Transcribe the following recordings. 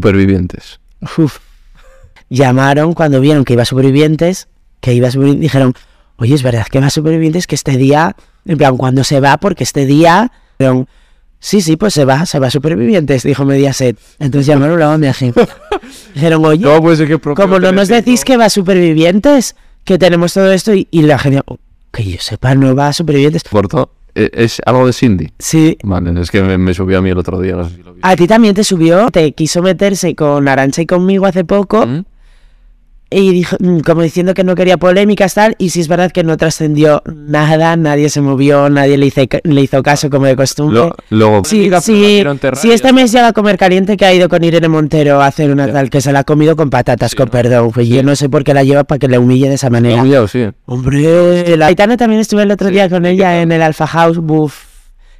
Supervivientes. Uf. Llamaron cuando vieron que iba a Supervivientes, que iba a Supervivientes, dijeron, oye, es verdad que va a Supervivientes, que este día, en plan, cuando se va, porque este día, dijeron, sí, sí, pues se va, se va a Supervivientes, dijo Mediaset. Entonces llamaron a mi agente. Dijeron, oye, ¿Cómo puede ser que propio como no nos Telecinco- decís que va a Supervivientes, que tenemos todo esto, y, y la gente, "Oh, que yo sepa, no va a Supervivientes. Corto. Eh, Es algo de Cindy. Sí, Vale, es que me, me subió a mí el otro día, no sé si lo vi. a ti también te subió, te quiso meterse con Arancha y conmigo hace poco. ¿Mm? Y dijo, mm, como diciendo que no quería polémicas, tal. Y sí es verdad que no trascendió nada, nadie se movió, nadie le, hice- le hizo caso como de costumbre. Lo- luego, Polémica, Sí, pero la sí, quiero enterrar sí, y este ya mes ya va a comer caliente que ha ido con Irene Montero a hacer una Ya. tal que se la ha comido con patatas, Sí, con ¿no? perdón. Pues yo no sé por qué la lleva para que le humille de esa está manera. humillado, sí. Hombre, la Aitana también estuve el otro Sí, día con ¿y qué tal? ella en el Alfa House, buf,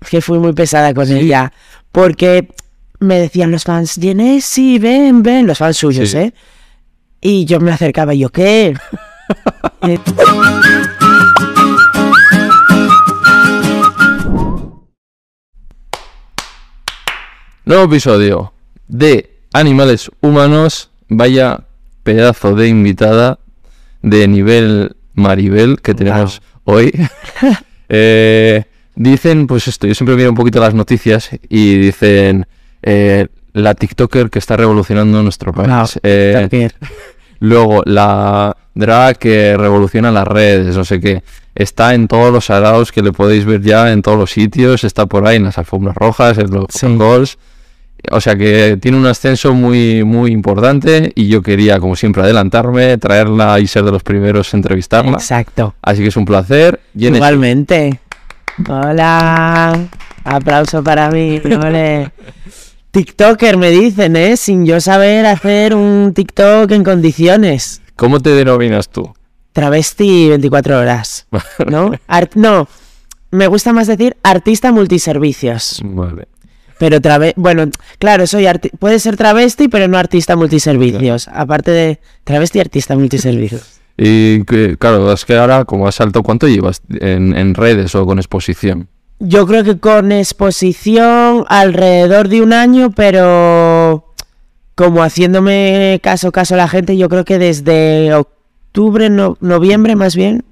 es que fui muy pesada con ella, porque me decían los fans, Jenny, sí, ven, ven, los fans suyos, Sí. ¿eh? Y yo me acercaba y yo, ¿qué? Eh, Nuevo episodio de Animales Humanos. Vaya pedazo de invitada de nivel Maribel que tenemos hoy. Eh, dicen, pues esto, yo siempre miro un poquito las noticias y dicen eh, la TikToker que está revolucionando nuestro país. Wow, Eh, también. Luego, la drag que revoluciona las redes, no sé qué. Está en todos los araos que le podéis ver ya en todos los sitios. Está por ahí en las alfombras rojas, en los Sí. goals. O sea que tiene un ascenso muy, muy importante. Y yo quería, como siempre, adelantarme, traerla y ser de los primeros en entrevistarla. Exacto. Así que es un placer. Jenny, Igualmente. Hola. Aplauso para mí. Ole. TikToker me dicen, ¿eh? Sin yo saber hacer un TikTok en condiciones. ¿cómo te denominas tú? Travesti 24 horas, ¿no? Ar- no, me gusta más decir artista multiservicios. Vale. Pero trave bueno, claro, soy arti- puede ser travesti, pero no artista multiservicios. Aparte de travesti artista multiservicios. Y que- claro, es que ahora, como has saltado, ¿cuánto llevas en, en redes o con exposición? Yo creo que con exposición alrededor de un año, pero como haciéndome caso caso a la gente, yo creo que desde octubre, no- noviembre más bien,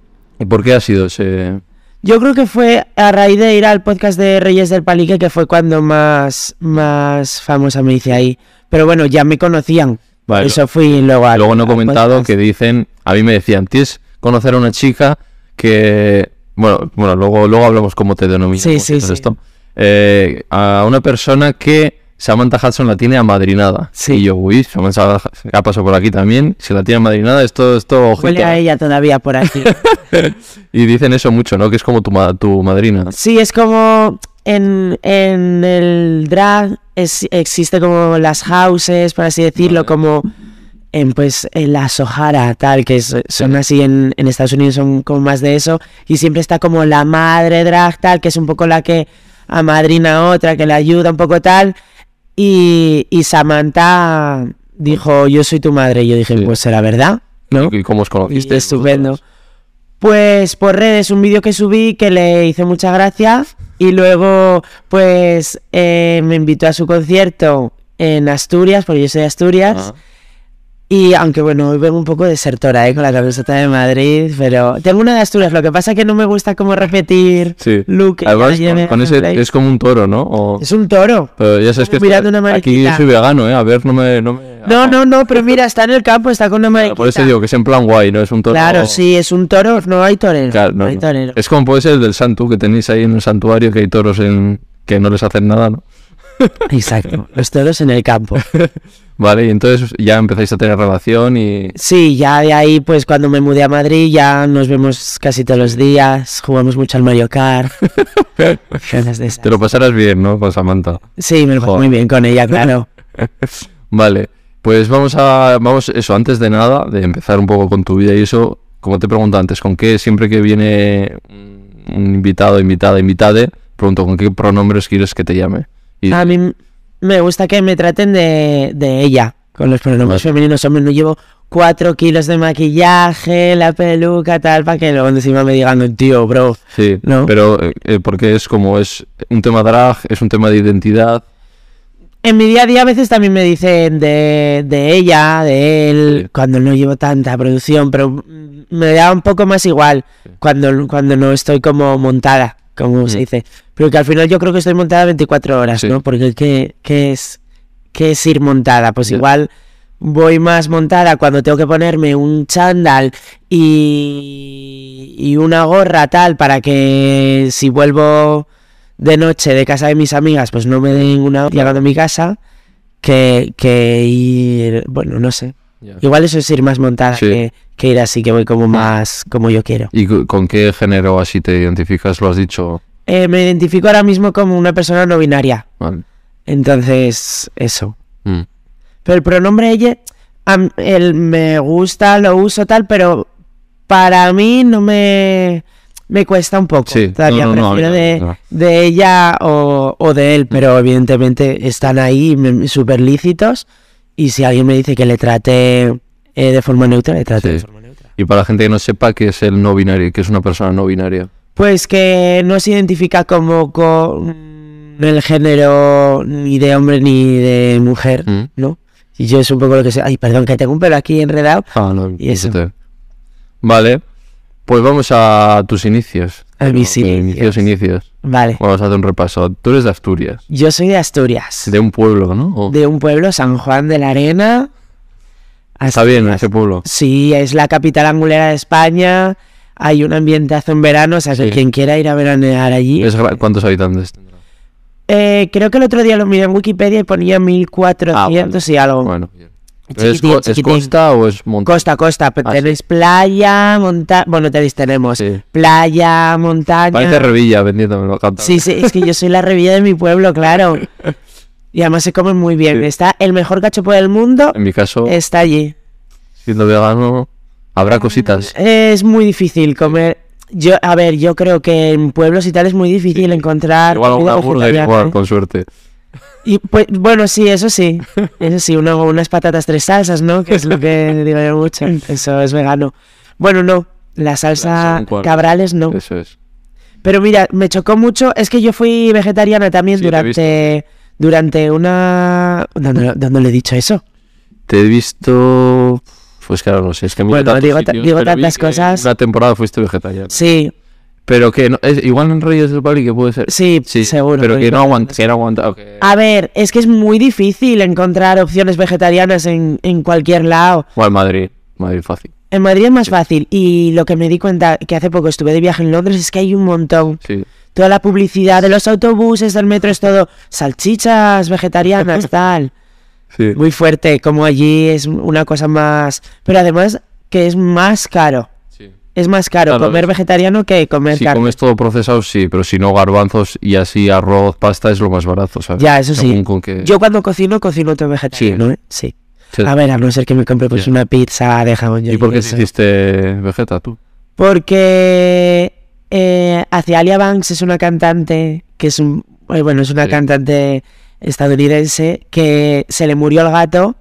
¿Y por qué ha sido ese...? Yo creo que fue a raíz de ir al podcast de Reyes del Palique que fue cuando más, más famosa me hice ahí. Pero bueno, ya me conocían. Vale. Eso fui luego al- Luego no he al comentado podcast. que dicen, a mí me decían, tienes conocer a una chica que, bueno, bueno, luego, luego hablamos cómo te denominas. Sí, cómo sí, quitas sí. esto. Eh, a una persona que Samantha Hudson la tiene amadrinada. Sí. Y yo, uy, Samantha Hudson ha pasado por aquí también. Si la tiene amadrinada, esto, esto, ojito. Huele a ella todavía por aquí. Y dicen eso mucho, ¿no? Que es como tu, ma- tu madrina. sí, es como en, en el drag es- existe como las houses, por así decirlo, Vale. como en pues en la Sahara, tal, que es- son Sí. así en, en Estados Unidos, son como más de eso, y siempre está como la madre drag, tal, que es un poco la que amadrina a otra, que le ayuda un poco tal, y, y Samantha dijo, yo soy tu madre, y yo dije, Sí. pues será verdad, ¿no? ¿Y cómo os Y conociste? estupendo. Pues por redes, un vídeo que subí que le hizo mucha gracia y luego pues eh, me invitó a su concierto en Asturias, porque yo soy de Asturias. Ah. Y aunque bueno, hoy vengo un poco desertora ¿eh? con la camiseta de Madrid, pero tengo una de Asturias, lo que pasa que no me gusta como repetir Sí. look. que ya Además, lleve con, con en ese Play. es como un toro, ¿no? O- Es un toro. Pero ya sabes que Como mirando una aquí yo mariquita. soy vegano, ¿eh? A ver, no me... No, me- No, no, no, pero mira, está en el campo, está con una Claro, mariquita. Por eso digo que es en plan guay, ¿no? Es un toro... Claro, sí, es un toro, no hay torero. Claro, no, no, hay no. torero. Es como puede ser el del santu que tenéis ahí en el santuario, que hay toros en... que no les hacen nada, ¿no? Exacto, los toros en el campo. Vale, y entonces ya empezáis a tener relación y... Sí, ya de ahí, pues cuando me mudé a Madrid, ya nos vemos casi todos los días, jugamos mucho al Mario Kart. cosas de esas. Te lo pasarás bien, ¿no? Con Samantha. Sí, me lo pasé Joder. muy bien con ella, claro. Vale, pues vamos a... Vamos, eso, antes de nada, de empezar un poco con tu vida y eso, como te pregunto antes, ¿con qué siempre que viene un un invitado, invitada, invitade, pregunto con qué pronombres quieres que te llame? Y A mí me gusta que me traten de, de ella, con los Vale. pronombres femeninos. Hombre, no llevo cuatro kilos de maquillaje, la peluca, tal, para que luego encima me digan, tío, bro. Sí, ¿no? pero eh, eh, porque es como es un tema drag, es un tema de identidad. En mi día a día a veces también me dicen de, de ella, de él, Sí. cuando no llevo tanta producción, pero mm, me da un poco más igual cuando, cuando no estoy como montada, como se Mm. dice. Pero que al final yo creo que estoy montada 24 horas, Sí. ¿no? Porque ¿qué, qué es, ¿qué es ir montada? Pues Ya. igual voy más montada cuando tengo que ponerme un chándal y, y una gorra tal para que si vuelvo de noche de casa de mis amigas, pues no me den una hora llegando a mi casa que, que ir, bueno, no sé. Ya. Igual eso es ir más montada Sí. que, que ir así, que voy como más como yo quiero. ¿Y cu- con qué género así te identificas? Lo has dicho. Eh, me identifico ahora mismo como una persona no binaria, Vale. entonces eso. Mm. Pero el pronombre ella, a m- el me gusta, lo uso tal, pero para mí no me, me cuesta un poco. Sí, no, Todavía no, no, a mí prefiero de, también, de ella o, o de él, pero evidentemente están ahí me- súper lícitos. Y si alguien me dice que le trate eh, de forma neutra, le trate Sí. de forma neutra. Y para la gente que no sepa qué es el no binario, qué es una persona no binaria. Pues que no se identifica como con el género ni de hombre ni de mujer, Mm. ¿no? Y yo es un poco lo que sé. Ay, perdón, que tengo un pelo aquí enredado. Ah, no. Y eso. fíjate. Vale. Pues vamos a tus inicios. A mis Eh, Inicios, inicios. inicios. Vale. Vamos a hacer un repaso. Tú eres de Asturias, Yo soy de Asturias, de un pueblo, ¿no? O- de un pueblo, San Juan de la Arena. Está bien Asturias. ese pueblo. Sí, es la capital angulera de España. Hay un ambientazo en verano, o sea, que Sí. quien quiera ir a veranear allí. Es gra- ¿Cuántos habitantes tendrá? Eh, creo que el otro día lo miré en Wikipedia y ponía 1400 y algo. Ah, Bueno. ¿Es, Chiquitín, co- es Oh. chiquitín. costa o es montaña? Costa, costa, pe- Ah, sí. tenéis playa, montaña. Bueno, tenéis, tenemos Sí. playa, montaña. Parece Revilla vendiéndome lo canta. Sí, sí, es que yo soy la revilla de mi pueblo, claro. Y además se comen muy bien. Sí. Está el mejor cachopo del mundo, En mi caso, está allí. siendo vegano, Ah, habrá cositas. Es muy difícil comer. Yo, a ver, yo creo que en pueblos y tal es muy difícil encontrar Igual comida una hamburguesa, vegetariana, igual, ¿eh? con suerte. Y pues, bueno, sí, eso sí. Eso sí, una- unas patatas tres salsas, ¿no? Que es lo que digo yo mucho. Eso es vegano. Bueno, no. La salsa son cuatro. cabrales no. Eso es. Pero mira, me chocó mucho. Es que yo fui vegetariana también Sí, te he durante, durante una. ¿Dónde, dónde le he dicho eso? Te he visto. Pues claro, no sé. Es que miro Bueno, tantos digo ta- digo pero vi tantas que cosas. Una temporada fuiste vegetariano. Sí, Pero que no- es, igual en Reyes del Pali que puede ser. sí, seguro. Pero que- que no aguanta. Que no aguanta. ok. A ver, es que es muy difícil encontrar opciones vegetarianas en, en cualquier lado. Igual Madrid. Madrid fácil. En Madrid es más fácil. Y lo que me di cuenta, que hace poco estuve de viaje en Londres, es que hay un montón. Sí. Toda la publicidad de los autobuses, del metro, es todo salchichas vegetarianas, tal. Sí. Muy fuerte, como allí es una cosa más... Pero además que es más caro. sí. Es más caro Claro, comer es- vegetariano que comer Si carne. comes todo procesado, sí, pero si no, garbanzos y así arroz, pasta es lo más barato, ¿sabes? Ya, eso sí. Según con que- Yo cuando cocino, cocino todo vegetariano, ¿eh? Sí. Sí. A ver, a no ser que me compre pues Ya. una pizza de jamón. ¿Y por qué te sí? hiciste vegeta tú? Porque eh, Acialia Banks es una cantante que es un eh, bueno, es una Sí. cantante estadounidense que se le murió el gato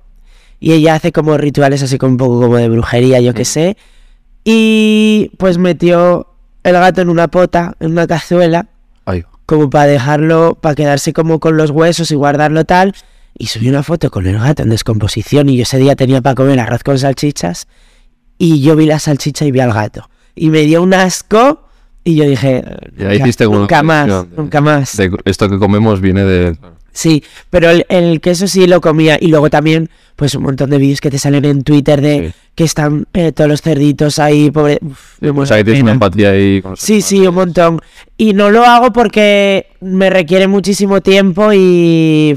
y ella hace como rituales así como un poco como de brujería, Mm. yo qué sé. Y pues metió el gato en una pota, en una cazuela, Ay, como para dejarlo, para quedarse como con los huesos y guardarlo tal. Y subí una foto con el gato en descomposición y yo ese día tenía para comer arroz con salchichas y yo vi la salchicha y vi al gato. Y me dio un asco y yo dije, Ya "Nunca- hiciste una nunca más, colección de- nunca más. de- esto que comemos viene de... Sí, pero el, el queso sí lo comía. Y luego también, pues un montón de vídeos que te salen en Twitter de Sí. que están eh, todos los cerditos ahí, pobre. Uf, me O muero sea, de que tienes una pena. empatía ahí con los Sí, sí, un animales. montón. Y no lo hago porque me requiere muchísimo tiempo y.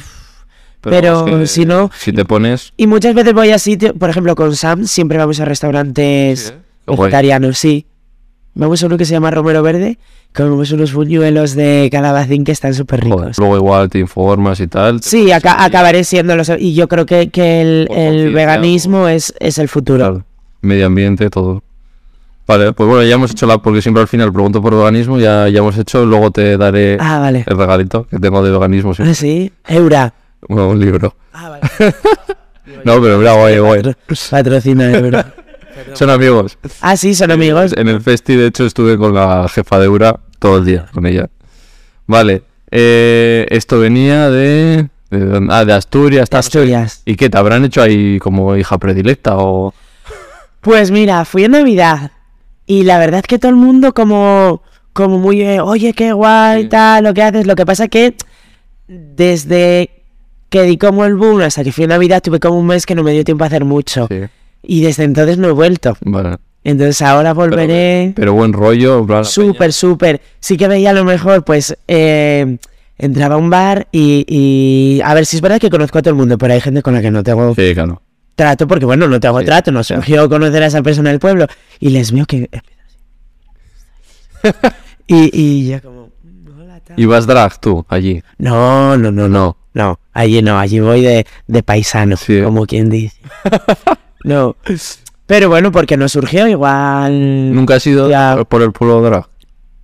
Pero, es que si no. Si te pones... Y muchas veces voy a sitios, por ejemplo, con Sam, siempre vamos a restaurantes Sí, ¿eh? Qué guay. vegetarianos, sí. Vamos a uno que se llama Romero Verde, comemos unos buñuelos de calabacín que están súper Joder, Pues ricos. Luego igual te informas y tal. Sí, aca- acabaré siendo los. Y yo creo que, que el, Por el conciencia, veganismo es, es el futuro. Pues Claro, medio ambiente, todo. Vale, pues bueno, ya hemos hecho la... Porque siempre al final pregunto por veganismo, ya, ya hemos hecho, luego te daré Ah, vale. el regalito que tengo de veganismo. siempre. Ah, sí. Eura. Bueno, un libro. Ah, vale. No, pero mira, guay, guay. Patrocina Eura. Son amigos. Ah, sí, son amigos. En el festi, de hecho, estuve con la jefa de Ura todo el día, con ella. Vale. eh, esto venía de... ¿De dónde? Ah, de Asturias. estás- Asturias. ¿Y qué? ¿Te habrán hecho ahí como hija predilecta o...? Pues mira, fui en Navidad y la verdad es que todo el mundo como, como muy, eh, oye, qué guay, Sí. tal, lo que haces. Lo que pasa que desde que di como el boom hasta que fui en Navidad tuve como un mes que no me dio tiempo a hacer mucho. Sí, Y desde entonces no he vuelto. vale. Entonces ahora volveré Pero buen rollo, bla, la súper, súper. Sí que veía a lo mejor, pues eh, entraba a un bar y, y- a ver si es verdad que conozco a todo el mundo, pero hay gente con la que no tengo peña. Sí, claro. trato, porque bueno, no tengo Sí, trato, no ya. surgió conocer a esa persona del pueblo. Y les veo que. y, y yo como. "Hola, tal". Y vas drag tú, allí. No, no, no, no. No. No, allí no, allí voy de, de paisano, Sí. como quien dice. no. Pero bueno, porque no surgió igual. ¿Nunca has ido Ya. por el pueblo drag?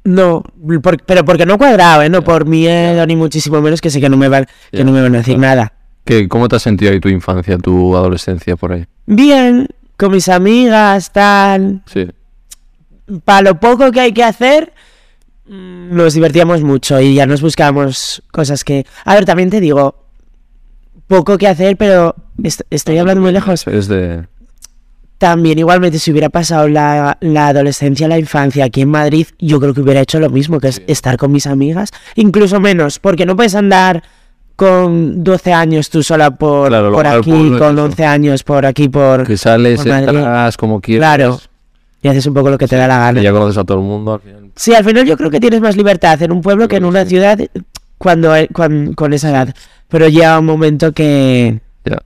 No, por- pero porque no cuadraba, ¿eh? No por miedo, ni muchísimo menos que sé que no me van, que Ya. no me van a decir nada. ¿Qué, ¿Cómo te has sentido ahí tu infancia, tu adolescencia por ahí? Bien, con mis amigas, tal. Sí. para lo poco que hay que hacer, mm, nos divertíamos mucho y ya nos buscábamos cosas que... A ver, también te digo, poco que hacer, pero est- estoy hablando muy lejos. Es de... También igualmente si hubiera pasado la, la adolescencia, la infancia aquí en Madrid, yo creo que hubiera hecho lo mismo, que es Sí. estar con mis amigas, incluso menos, porque no puedes andar con 12 años tú sola por, Claro, lo- por al aquí, pueblo, con eso. 11 años por aquí, por... Que sales, Por Madrid. entras, como quieres. Claro, y haces un poco lo que te da la gana. que ya conoces a todo el mundo al final. Sí, al final yo creo que tienes más libertad en un pueblo que en creo que una sí. ciudad cuando, cuan- con esa edad. Pero llega un momento que... Ya.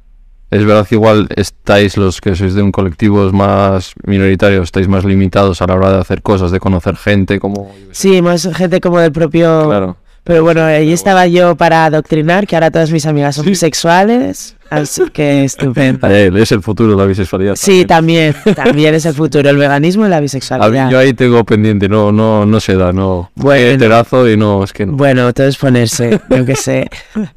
Es verdad que igual estáis los que sois de un colectivo más minoritario, estáis más limitados a la hora de hacer cosas, de conocer gente, como... Sí, más gente como del propio... Pues Claro. Pero bueno, ahí estaba yo para adoctrinar, que ahora todas mis amigas son Sí. sexuales. Así que estupendo. Ahí, es el futuro la bisexualidad. Sí, también. también. También es el futuro, el veganismo y la A mí- yo bisexualidad. ahí tengo pendiente, no, no, no se da, no. Bueno. Terazo y no, es que no. Bueno, todo es ponerse, yo qué sé.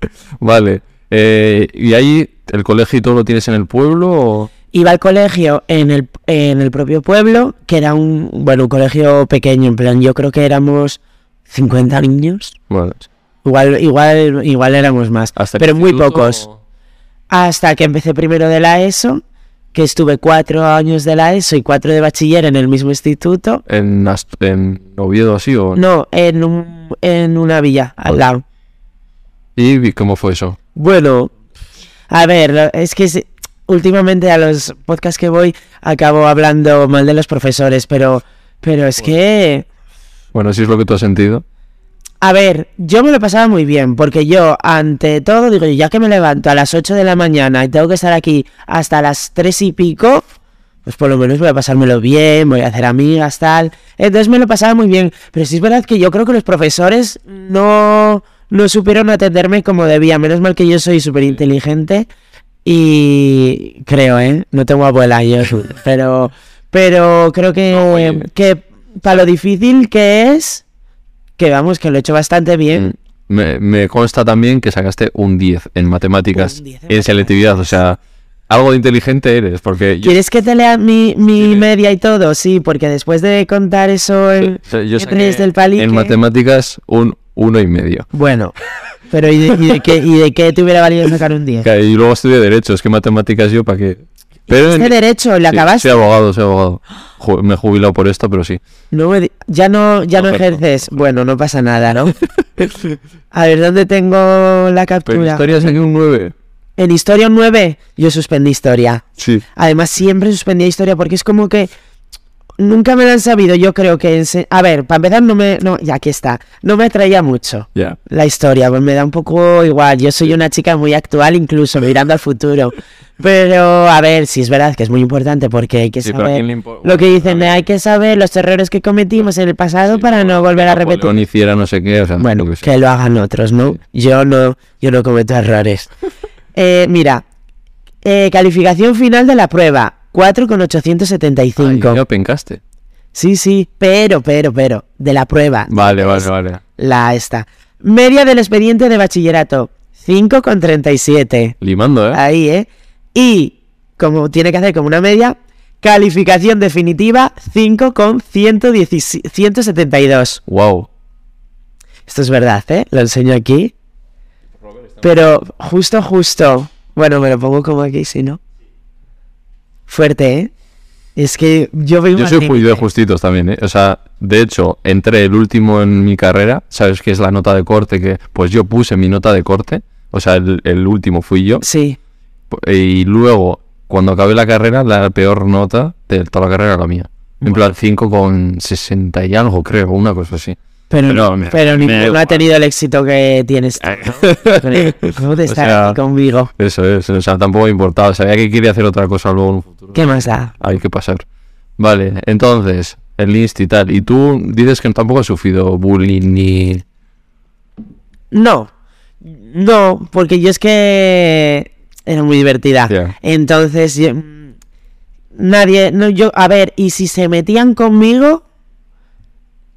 Vale. Eh, ¿Y ahí el colegio y todo lo tienes en el pueblo? o- Iba al colegio en el, en el propio pueblo, que era un, bueno, un colegio pequeño, en plan, yo creo que éramos 50 niños. Vale. Igual, igual, igual éramos más, Hasta el pero muy instituto, pocos. Hasta que empecé primero de la ESO, que estuve cuatro años de la ESO y cuatro de bachiller en el mismo instituto. En, Ast- en Oviedo así o... No, en, un- en una villa al Joder. lado. ¿Y vi- cómo fue eso? Bueno, a ver, lo- es que se- últimamente a los podcasts que voy acabo hablando mal de los profesores, pero, pero es que... Bueno, si es lo que tú has sentido. A ver, yo me lo pasaba muy bien, porque yo, ante todo, digo, ya que me levanto a las 8 de la mañana y tengo que estar aquí hasta las 3 y pico, pues por lo menos voy a pasármelo bien, voy a hacer amigas, tal. Entonces me lo pasaba muy bien, pero sí es verdad que yo creo que los profesores no, no supieron atenderme como debía, menos mal que yo soy súper inteligente y creo, ¿eh? No tengo abuela yo, pero, pero creo que, No, oye. que para lo difícil que es que vamos, que lo he hecho bastante Mm, bien. Me, me consta también que sacaste un 10 en matemáticas, Un 10 en en, selectividad, o sea, algo de inteligente eres, porque yo, ¿Quieres que te lea mi, mi media y todo? Sí, porque después de contar eso en, o sea, yo en saqué tres del palique... en matemáticas un uno y medio. Bueno, pero ¿y de, y de qué, y de qué te hubiera valido sacar un 10? Ca- Y luego estudié derecho, es que matemáticas yo para qué. Pero en- ¿Qué derecho? ¿Le sí, acabaste? soy abogado, soy abogado. Ju- me he jubilado por esto, pero sí. No me di- ya no, ya no, No, perdón. ejerces. Bueno, no pasa nada, ¿no? A ver, ¿dónde tengo la Pero en captura? historia saqué un 9. En historia un 9, yo suspendí historia. Sí. Además, siempre suspendía historia porque es como que nunca me la han sabido. Yo creo que. ense- A ver, para empezar, no me. No, ya aquí está. No me atraía mucho Ya. la historia. pues me da un poco igual. Yo soy una chica muy actual, incluso mirando al futuro. Pero, a ver, si es verdad que es muy importante porque hay que Sí, pero ¿a quién saber. le importa? Lo que dicen, A de ver, hay que saber los errores que cometimos en el pasado sí, para no volver a Napoleón repetir. hiciera no sé qué, o sea, Bueno, yo qué sé. que lo hagan otros, ¿no? Sí. Yo no, yo no cometo errores. Eh, mira, eh, calificación final de la prueba, Ay, 4,875. ya pencaste. Sí, sí, pero, pero, pero, de la prueba, Vale, Pues vale, vale. la esta. Media del expediente de bachillerato, 5,37. Limando, ¿eh? Ahí, ¿eh? Y, como tiene que hacer como una media, calificación definitiva, 5,172. Wow. Esto es verdad, ¿eh? Lo enseño aquí. Pero justo, justo. Bueno, me lo pongo como aquí, si no. Fuerte, ¿eh? Es que yo vivo. Yo al soy muy de límite. justitos también, ¿eh? O sea, de hecho, entré el último en mi carrera, ¿sabes qué es la nota de corte? que Pues yo puse mi nota de corte, o sea, el, el último fui yo. Sí. Y luego, cuando acabé la carrera, la peor nota de toda la carrera era la mía. En Bueno. plan 5 con 60 y algo, creo, una cosa así. Pero, Pero me- pero me da ninguno ha igual. tenido el éxito que tienes. ¿Cómo te O estás sea, aquí conmigo? Eso es, o sea, tampoco me importaba. Sabía que quería hacer otra cosa luego en un futuro. ¿Qué más da? Hay que pasar. Vale, entonces, el Inst y tal. Y tú dices que tampoco has sufrido bullying ni. No, no, porque yo es que era muy divertida. Ya. Entonces, yo- mm, nadie, no, yo, a ver, y si se metían conmigo,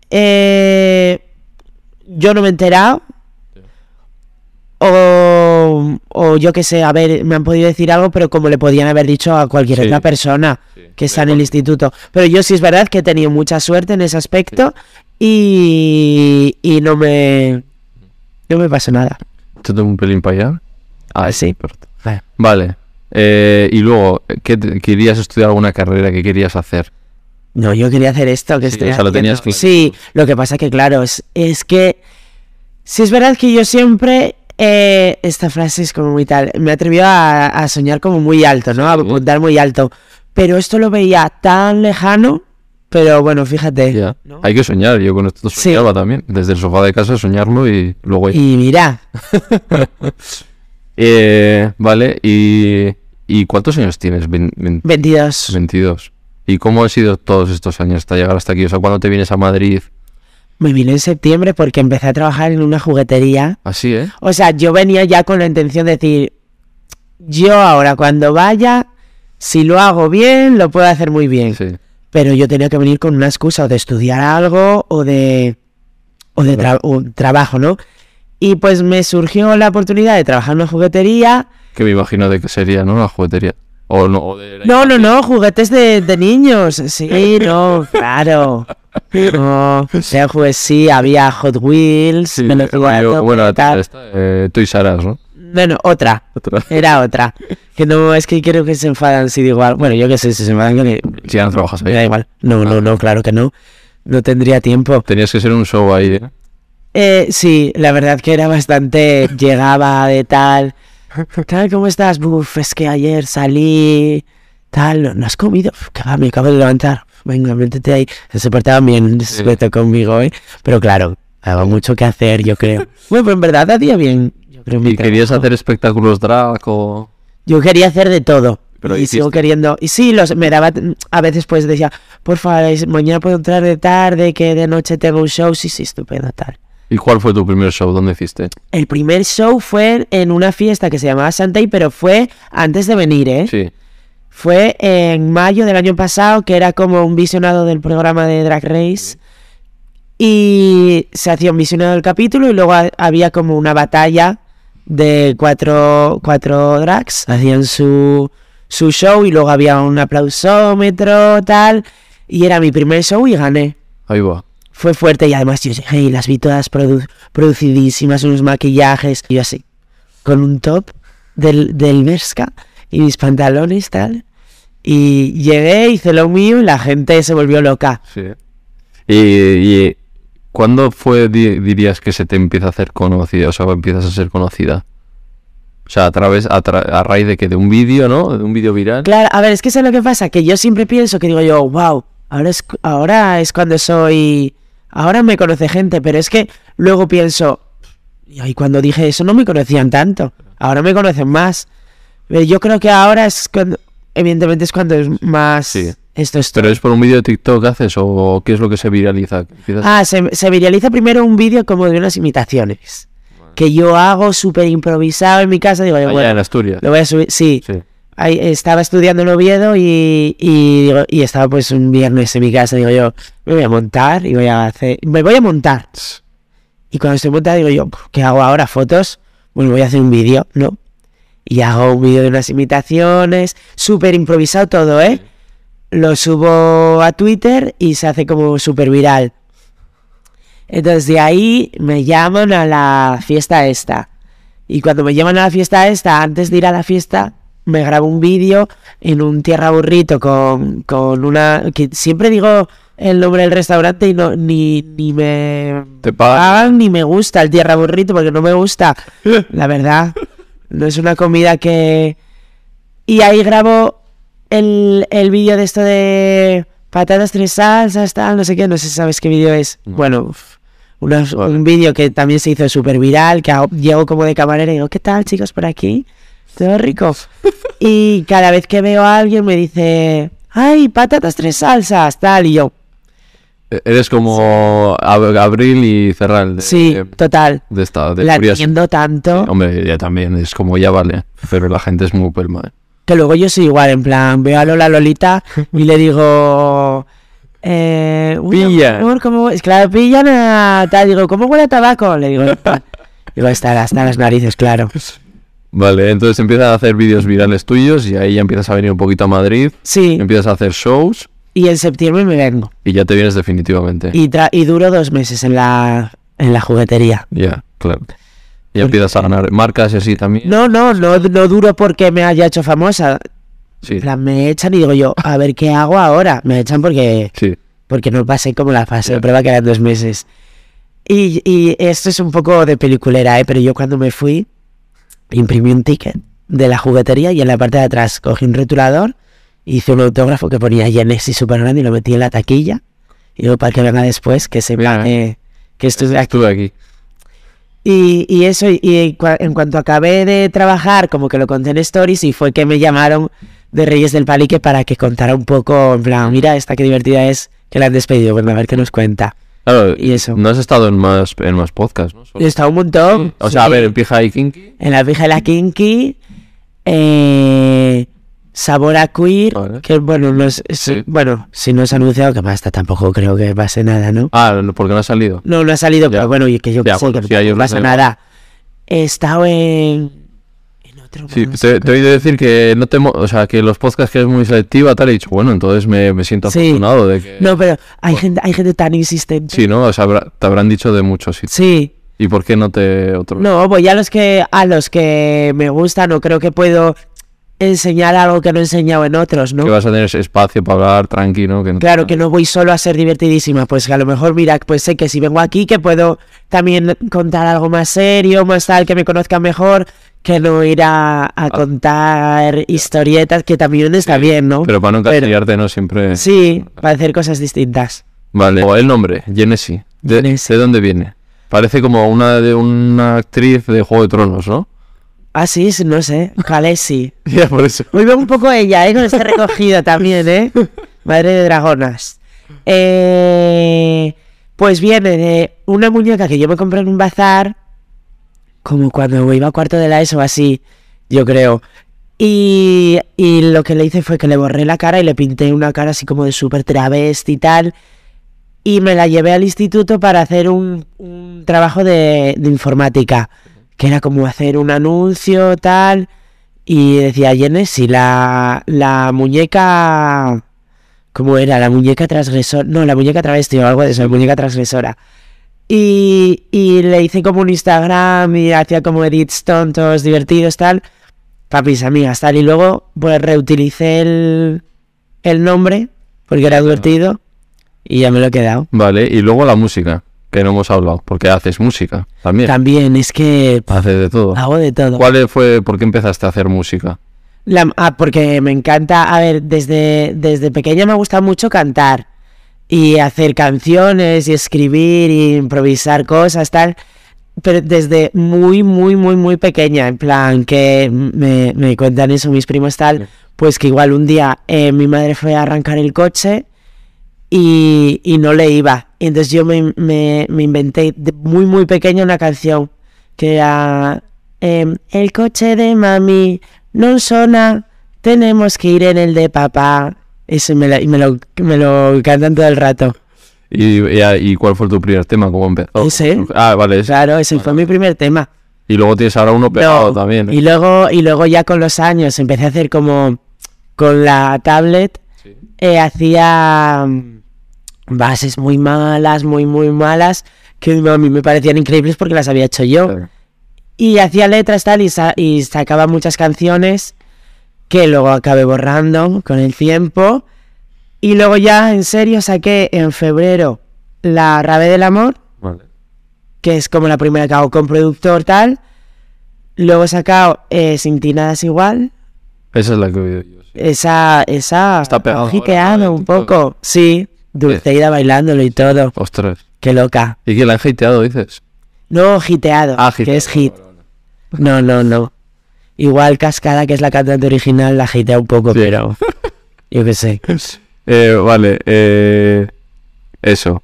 eh, yo no me he enterado. O, o yo qué sé, a ver, me han podido decir algo, pero como le podían haber dicho a cualquier Sí. otra persona Sí. que está en el instituto. Pero yo sí es verdad que he tenido mucha suerte en ese aspecto y, y no me no me pasó nada. ¿Te tengo un pelín para allá? Ah, Sí. perfecto. Vale. eh, y luego, ¿qué te- ¿querías estudiar alguna carrera que querías hacer? No, yo quería hacer esto que Sí, estoy o sea, lo haciendo. tenías claro. Sí, lo que pasa que claro, es, es que si es verdad que yo siempre eh, esta frase es como muy tal, me atrevió a, a soñar como muy alto, ¿no? A Sí. apuntar muy alto, pero esto lo veía tan lejano, pero bueno, fíjate. Ya. ¿no? Hay que soñar. Yo con esto Sí. soñaba también. Desde el sofá de casa soñarlo y luego... Y mira, Eh, vale, y, ¿y cuántos años tienes? Vein- vein- 22. 22. ¿Y cómo ha sido todos estos años hasta llegar hasta aquí? O sea, ¿cuándo te vienes a Madrid? Me vine en septiembre porque empecé a trabajar en una juguetería. Así, ¿eh? O sea, yo venía ya con la intención de decir, yo ahora cuando vaya, si lo hago bien, lo puedo hacer muy bien. Sí. Pero yo tenía que venir con una excusa o de estudiar algo o de, o de tra- o trabajo, ¿no? Y pues me surgió la oportunidad de trabajar en una juguetería. Que me imagino de que sería, ¿no? La juguetería. O no, o de la No, no, no, juguetes de, de niños. Sí, no, claro. No, sea, juguetes, sí, había Hot Wheels, Sí, me lo jugué a yo- tope, bueno, tal. esta, eh, Toys R Us, ¿no? Bueno, otra. Otra. Era otra. Que no, es que creo que se enfadan si digo algo. Bueno, yo qué sé, si se enfadan, que Si ya no trabajas me da ahí. igual. No, no, no, claro que no. No tendría tiempo. Tenías que ser un show ahí, ¿eh? Eh, sí, la verdad que era bastante. Llegaba de tal. Tal, ¿cómo estás? Buf, es que ayer salí. Tal, ¿no, no has comido? Uf, que va, me acabo de levantar. Venga, métete ahí. Se portaban bien, se portó conmigo, ¿eh? Pero claro, había mucho que hacer, yo creo. Bueno, pues en verdad hacía bien. Yo creo mi ¿Y querías trabajo. hacer espectáculos drag o...? Yo quería hacer de todo. Pero y hiciste. sigo queriendo. Y sí, los, me daba. A veces pues decía, por favor, es- mañana puedo entrar de tarde, que de noche tengo un show. Sí, sí, estupendo, tal. ¿Y cuál fue tu primer show? ¿Dónde hiciste? El primer show fue en una fiesta que se llamaba Santay, pero fue antes de venir, ¿eh? Sí. Fue en mayo del año pasado, que era como un visionado del programa de Drag Race. Y se hacía un visionado del capítulo y luego ha- había como una batalla de cuatro, cuatro drags. Hacían su, su show y luego había un aplausómetro, tal. Y era mi primer show y gané Ahí va. fue fuerte y además yo llegué y las vi todas produ- producidísimas, unos maquillajes y yo así, con un top del, del Berska y mis pantalones tal. Y llegué, hice lo mío y la gente se volvió loca. Sí. ¿Y, y cuándo fue, di- dirías, que se te empieza a hacer conocida? O sea, empiezas a ser conocida. O sea, a través, a, tra- a raíz de que de un vídeo, ¿no? De un vídeo viral. Claro, a ver, es que eso es lo que pasa, que yo siempre pienso que digo yo, wow, ahora es, cu- ahora es cuando soy, ahora me conoce gente, pero es que luego pienso, y ahí cuando dije eso no me conocían tanto, ahora me conocen más. Eh, Yo creo que ahora es cuando, evidentemente es cuando es más, Sí. esto es ¿Pero es por un vídeo de TikTok que haces o qué es lo que se viraliza? Que empiezas- Ah, se, se viraliza primero un vídeo como de unas imitaciones, que yo hago súper improvisado en mi casa, digo Allá yo, en bueno, Asturias. lo voy a subir, sí. Sí. Ahí estaba estudiando en Oviedo y, y, digo- y estaba pues un viernes en mi casa. Digo yo, me voy a montar y voy a hacer. Me voy a montar. Y cuando estoy montada, digo yo, ¿qué hago ahora? ¿Fotos? Bueno, voy a hacer un vídeo, ¿no? Y hago un vídeo de unas imitaciones, súper improvisado todo, ¿eh? Lo subo a Twitter y se hace como súper viral. Entonces de ahí me llaman a la fiesta esta. Y cuando me llevan a la fiesta esta, antes de ir a la fiesta, me grabo un vídeo en un tierra burrito con, con una... que siempre digo el nombre del restaurante y no, ni, ni me Te pagan. pagan ni me gusta el tierra burrito porque no me gusta. La verdad, no es una comida que... Y ahí grabo el, el vídeo de esto de patatas tres salsas, tal, no sé qué, no sé si sabes qué vídeo es. No. Bueno, uf, unos- un vídeo que también se hizo súper viral, que hago- llego como de camarera y digo, ¿qué tal chicos por aquí? Todo rico. Y cada vez que veo a alguien me dice, ay, patatas tres salsas, tal, y yo, E- Eres como Ab- Abril y Cerral. De, sí, De, total, esta, Eh, de la Furias. entiendo tanto. Hombre, ya también es como ya vale. Pero la gente es muy pelma. ¿eh? Que luego yo soy igual, en plan, veo a Lola Lolita y le digo. Eh, uy, Pilla. amor, ¿cómo? Es claro, pillan a tal. Digo, ¿cómo huele a tabaco? Le digo, digo está hasta las narices, claro. Vale, entonces empiezas a hacer vídeos virales tuyos y ahí ya empiezas a venir un poquito a Madrid. Sí, Empiezas a hacer shows y en septiembre me vengo. y ya te vienes definitivamente. Y, tra- y duro dos meses en la, en la juguetería. Ya, claro. Ya empiezas a ganar marcas y así también. No, no, no, no duro porque me haya hecho famosa. Sí, En plan, me echan y digo yo, a ver qué hago ahora. Me echan porque sí. porque no pasé como la fase Ya. de prueba que eran dos meses. Y, y esto es un poco de peliculera, ¿eh? pero yo cuando me fui imprimí un ticket de la juguetería y en la parte de atrás cogí un rotulador, hice un autógrafo que ponía Genesis super grande y lo metí en la taquilla. Y luego para que venga después, que sepa Bien, que, que estuve aquí. Estuve aquí. Y, y eso, y, y cua- en cuanto acabé de trabajar, como que lo conté en Stories, y fue que me llamaron de Reyes del Palique para que contara un poco, en plan, mira, esta qué divertida es, que la han despedido, bueno, a ver qué nos cuenta. Claro, Y eso. no has estado en más, en más podcasts, ¿no? Solo- He estado un montón. Oh. Mm. O sea, a Sí. ver, en Pija y Kinky. En la fija de la Kinky, eh, Sabor a Queer, Vale. que bueno, no es- es- Sí. bueno, si no se ha anunciado que basta, tampoco creo que pase nada, ¿no? Ah, no, porque no ha salido. No, no ha salido, Ya. pero bueno, y que yo Ya, qué sé, bueno, que sí, ahí no os lo pasa digo. nada. He estado en... En otro... Sí, no te, sé te he oído decir que no te, mo- o sea, que los podcasts que es muy selectiva, tal, he dicho, bueno, entonces me, me siento Sí. afortunado de que... No, pero hay gente, hay gente tan insistente. Eh, Sí, ¿no? O sea, habrá- te habrán dicho de muchos sitios. Sí. ¿Y por qué no te otro? No, voy a los que a los que me gustan o creo que puedo enseñar algo que no he enseñado en otros, ¿no? Que vas a tener ese espacio para hablar tranquilo. Que no- Claro que no voy solo a ser divertidísima, pues que a lo mejor mira, pues sé que si vengo aquí que puedo también contar algo más serio, más tal, que me conozcan mejor, que no ir a, a Ah. contar historietas, que también está bien, ¿no? Pero para no encasillarte, ¿no? Siempre... Sí, para hacer cosas distintas. Vale. O el nombre, Genesi. ¿De, Genesi. ¿De dónde viene? Parece como una de una actriz de Juego de Tronos, ¿no? Ah, sí, sí, no sé, Kalesi. Ya, por eso. Hoy veo un poco ella, ¿eh? Con este recogido también, ¿eh? Madre de dragonas. Eh, pues viene de una muñeca que yo me compré en un bazar, como cuando iba a cuarto de la ESO, así, yo creo. Y, y lo que le hice fue que le borré la cara y le pinté una cara así como de súper travesti y tal. Y me la llevé al instituto para hacer un, un trabajo de, de informática, que era como hacer un anuncio, tal. Y decía Genesi, la, la muñeca. ¿Cómo era? La muñeca transgresora. No, la muñeca travesti o algo de eso, la muñeca transgresora. Y, y le hice como un Instagram y hacía como edits tontos, divertidos, tal. Papis, amigas, tal. Y luego, pues reutilicé el, el nombre, porque era divertido. Y ya me lo he quedado. Vale, y luego la música, que no hemos hablado, porque haces música también. También Ah, es que pff, Haces de todo. hago de todo. ¿Cuál fue, por qué empezaste a hacer música? La- ah, porque me encanta, a ver, desde, desde pequeña me gusta mucho cantar y hacer canciones y escribir y improvisar cosas, tal, pero desde muy, muy, muy, muy pequeña, en plan que me, me cuentan eso mis primos, tal, pues que igual un día eh, mi madre fue a arrancar el coche y, y no le iba. Y entonces yo me, me- me inventé de muy, muy pequeña una canción que era em, El coche de mami no sona, tenemos que ir en el de papá. Eso me, la- y me lo, me lo cantan todo el rato. ¿Y, y, y cuál fue tu primer tema? ¿Cómo empezó? Ese. Ah, vale. ese. Claro, ese fue mi primer tema. Y luego tienes ahora uno pegado No, también. ¿eh? Y luego, y luego ya con los años empecé a hacer como con la tablet, Sí. eh, hacía mm, bases muy malas, muy, muy malas, que a mí me parecían increíbles porque las había hecho yo. Claro. Y hacía letras tal y, sa- y sacaba muchas canciones que luego acabé borrando con el tiempo. Y luego ya en serio saqué en febrero La Rave del Amor, Vale. que es como la primera que hago con productor tal. Luego he sacado eh, Sin ti nada es igual. Esa es la que he oído yo. sí. Esa, esa Está pegado ahora, jiqueado ¿no? de un TikTok. poco. Sí, Dulceida bailándolo y todo. Ostras. Qué loca. ¿Y que la han hateado, dices? No, giteado, Ah, que es hit. giteado, No, no, no. Igual Cascada, que es la cantante original, la gitea un poco, Sí. pero yo qué sé. Eh, vale, eh, eso.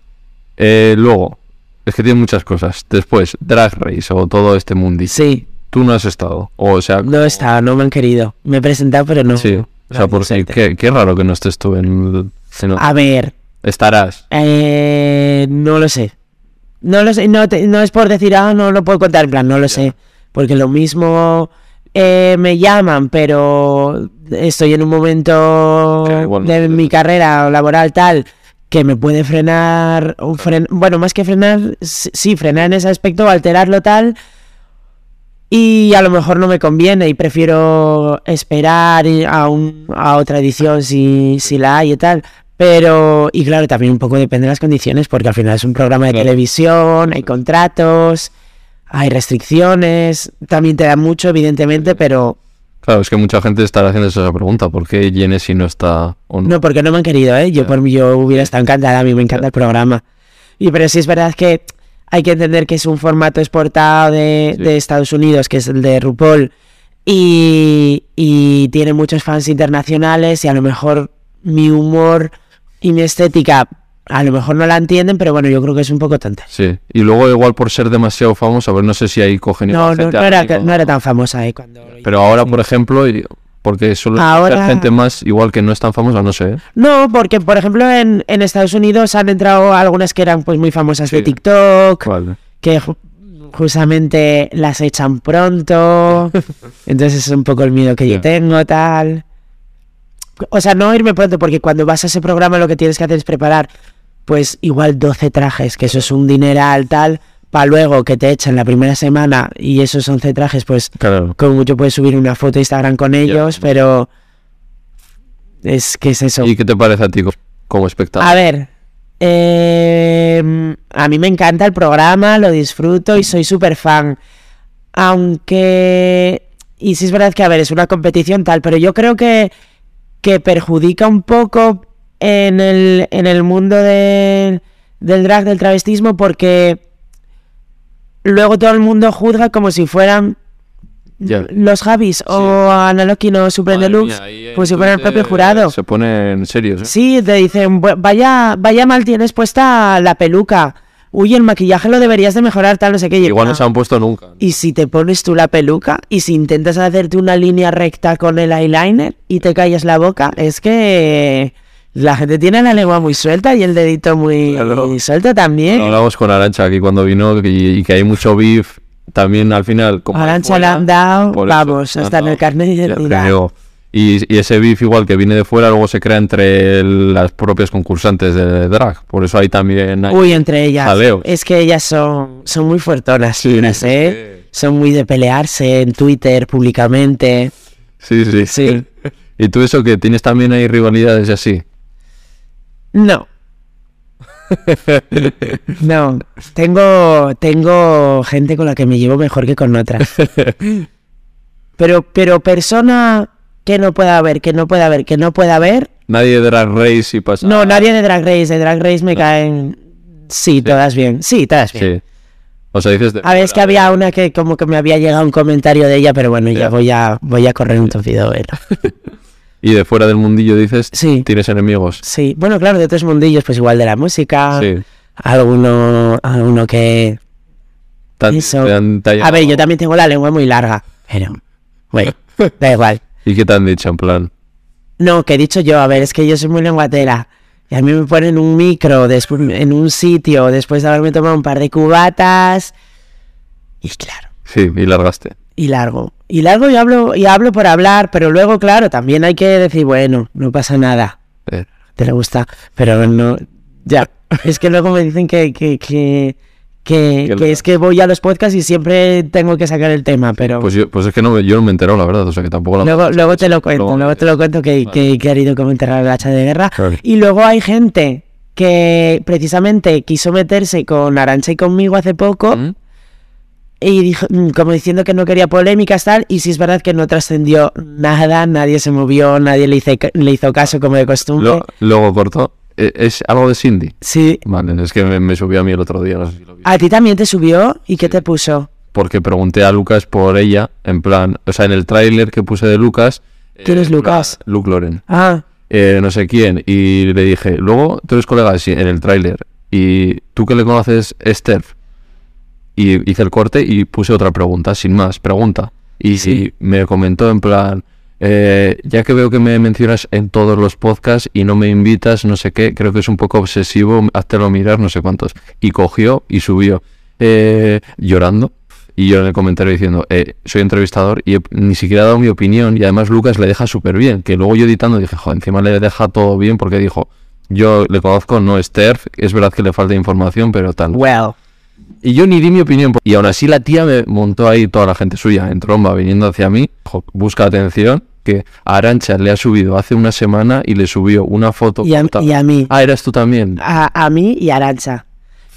Eh, luego, es que tiene muchas cosas. Después, Drag Race o todo este mundillo. Sí, Tú no has estado. O sea, no está, no me han querido. Me he presentado, pero no. sí. O sea, por si, Suerte. qué, qué raro que no estés tú en... si no- A ver, Estarás. eh, no lo sé. No lo sé, no, te- no es por decir, ah, no lo puedo contar, en plan, no lo sé. Porque lo mismo eh, me llaman, pero estoy en un momento Ya, igual no de te- mi carrera laboral tal que me puede frenar, o fren- bueno, más que frenar, s- sí, frenar en ese aspecto, alterarlo tal, y a lo mejor no me conviene y prefiero esperar y- a, un, a otra edición si, si la hay y tal. Pero, y claro, también un poco depende de las condiciones, porque al final es un programa de Claro. televisión, hay contratos, hay restricciones, también te da mucho, evidentemente, pero Claro, es que mucha gente estará haciendo esa pregunta. ¿Por qué Genesi no está o no? No, porque no me han querido, ¿eh? Yo por mí yo hubiera estado encantada, a mí me encanta el programa. Y pero sí es verdad que hay que entender que es un formato exportado de, Sí. de Estados Unidos, que es el de RuPaul, y, y tiene muchos fans internacionales y a lo mejor mi humor y mi estética a lo mejor no la entienden, pero bueno, yo creo que es un poco tonta. Sí. Y luego, igual por ser demasiado famoso, a ver, no sé si ahí cogen. No, igual no, gente no era, así, no era tan famosa, ¿eh? Cuando lo Pero ahora, por ejemplo, y- porque solo Ahora- gente más, igual que no es tan famosa, no sé. ¿eh? No, porque por ejemplo en, en Estados Unidos han entrado algunas que eran pues muy famosas de Sí. TikTok, Vale. que ju- justamente las echan pronto. Entonces es un poco el miedo que Ya. yo tengo, tal. O sea, no irme pronto, porque cuando vas a ese programa lo que tienes que hacer es preparar, pues igual 12 trajes, que eso es un dineral, tal, para luego que te echan la primera semana y esos 11 trajes, pues Claro. como mucho puedes subir una foto a Instagram con ellos, pero es que es eso. ¿Y qué te parece a ti co- como espectador? A ver, eh, a mí me encanta el programa, lo disfruto y soy súper fan. Aunque, y sí es verdad que, a ver, es una competición tal, pero yo creo que, que perjudica un poco en el, en el mundo del, del drag, del travestismo, porque luego todo el mundo juzga como si fueran Ya. los Javis o Analoquino Super Madre Deluxe, mía, ahí, eh, como si fuera el entonces, propio jurado. Se ponen serios, ¿eh? Sí, te dicen, "Bu- vaya, vaya mal tienes puesta la peluca. Uy, el maquillaje lo deberías de mejorar, tal, no sé qué. Y, Igual no ah, se han puesto nunca. y si te pones tú la peluca y si intentas hacerte una línea recta con el eyeliner y te callas la boca, es que la gente tiene la lengua muy suelta y el dedito muy, Claro. muy suelto también. Lo hablamos con Arancha aquí cuando vino y, y que hay mucho beef. También al final. como Arantxa fuera, Landau, por vamos, eso, hasta en el carnet de ya te identidad. digo. Y, y ese beef igual que viene de fuera luego se crea entre el- las propias concursantes de drag. Por eso hay también... hay- Uy, entre ellas. Jaleos. Es que ellas son, son muy fuertonas, unas, ¿eh? Son muy de pelearse en Twitter públicamente. Sí, sí. Sí. Y tú eso que tienes también hay rivalidades y así. No, No, tengo, tengo gente con la que me llevo mejor que con otras. Pero, pero persona que no pueda ver, que no pueda ver, que no pueda ver. Nadie de Drag Race y pasa... No, nadie de Drag Race, de Drag Race me caen. Sí, todas bien. Sí, todas Sí. bien. O sea, dices... de A ver, es que fuera, había una que como que me había llegado un comentario de ella, pero bueno, Ya. ya voy a, voy a correr un torcido. Y de fuera del mundillo dices... Sí. Tienes enemigos. Sí, bueno, claro, de otros mundillos, pues igual de la música, Sí. alguno, alguno que Te han- Eso. te han- te ha A ver, yo llamado. también tengo la lengua muy larga, pero bueno, da igual. ¿Y qué te han dicho en plan? No, que he dicho yo, a ver, es que yo soy muy lenguatera. Y a mí me ponen un micro después, en un sitio después de haberme tomado un par de cubatas. Y claro, Sí, y largaste. y largo. Y largo y hablo, y hablo por hablar, pero luego, claro, también hay que decir, bueno, no pasa nada, Eh, te le gusta, pero no, ya. Es que luego me dicen que, que, que, que, Que que la- es que voy a los podcasts y siempre tengo que sacar el tema, pero Pues, yo- pues es que no, yo no me he enterado, la verdad. O sea que tampoco la. luego, luego te lo cuento, Luego- luego, te lo cuento que, que, que ha ido como enterrar el hacha de guerra. Claro. Y luego hay gente que precisamente quiso meterse con Arancha y conmigo hace poco ¿Mm? y dijo, mm, como diciendo que no quería polémicas tal, y sí es verdad que no trascendió nada, nadie se movió, nadie le, hice- le hizo caso como de costumbre. Lo- luego corto. Eh, Es algo de Cindy. Sí. Vale, es que me, me subió a mí el otro día, no sé si lo vi. A ti también te subió y qué te puso. Porque pregunté a Lucas por ella, en plan, o sea, en el tráiler que puse de Lucas. eh, ¿Quién es en plan, Lucas? Luke Loren. Ah, eh, no sé quién, y le dije, luego tú eres colega de Si- en el tráiler, y tú que le conoces, Esther. Y hice el corte y puse otra pregunta, sin más, pregunta. Y, Sí. y me comentó en plan, eh, ya que veo que me mencionas en todos los podcasts y no me invitas, no sé qué, creo que es un poco obsesivo, lo mirar, no sé cuántos. Y cogió y subió, eh, llorando. Y yo en el comentario diciendo, eh, soy entrevistador y he- ni siquiera he dado mi opinión. Y además Lucas le deja súper bien. Que luego yo editando dije, joder, encima le deja todo bien porque dijo, yo le conozco, no es TERF, es verdad que le falta información, pero tal. well. Y yo ni di mi opinión. Y aún así la tía me montó ahí toda la gente suya en tromba viniendo hacia mí. Jo, busca atención que a Arancha le ha subido hace una semana y le subió una foto. Y a, puta. y a mí. Ah, eras tú también. A, a mí y a Arancha.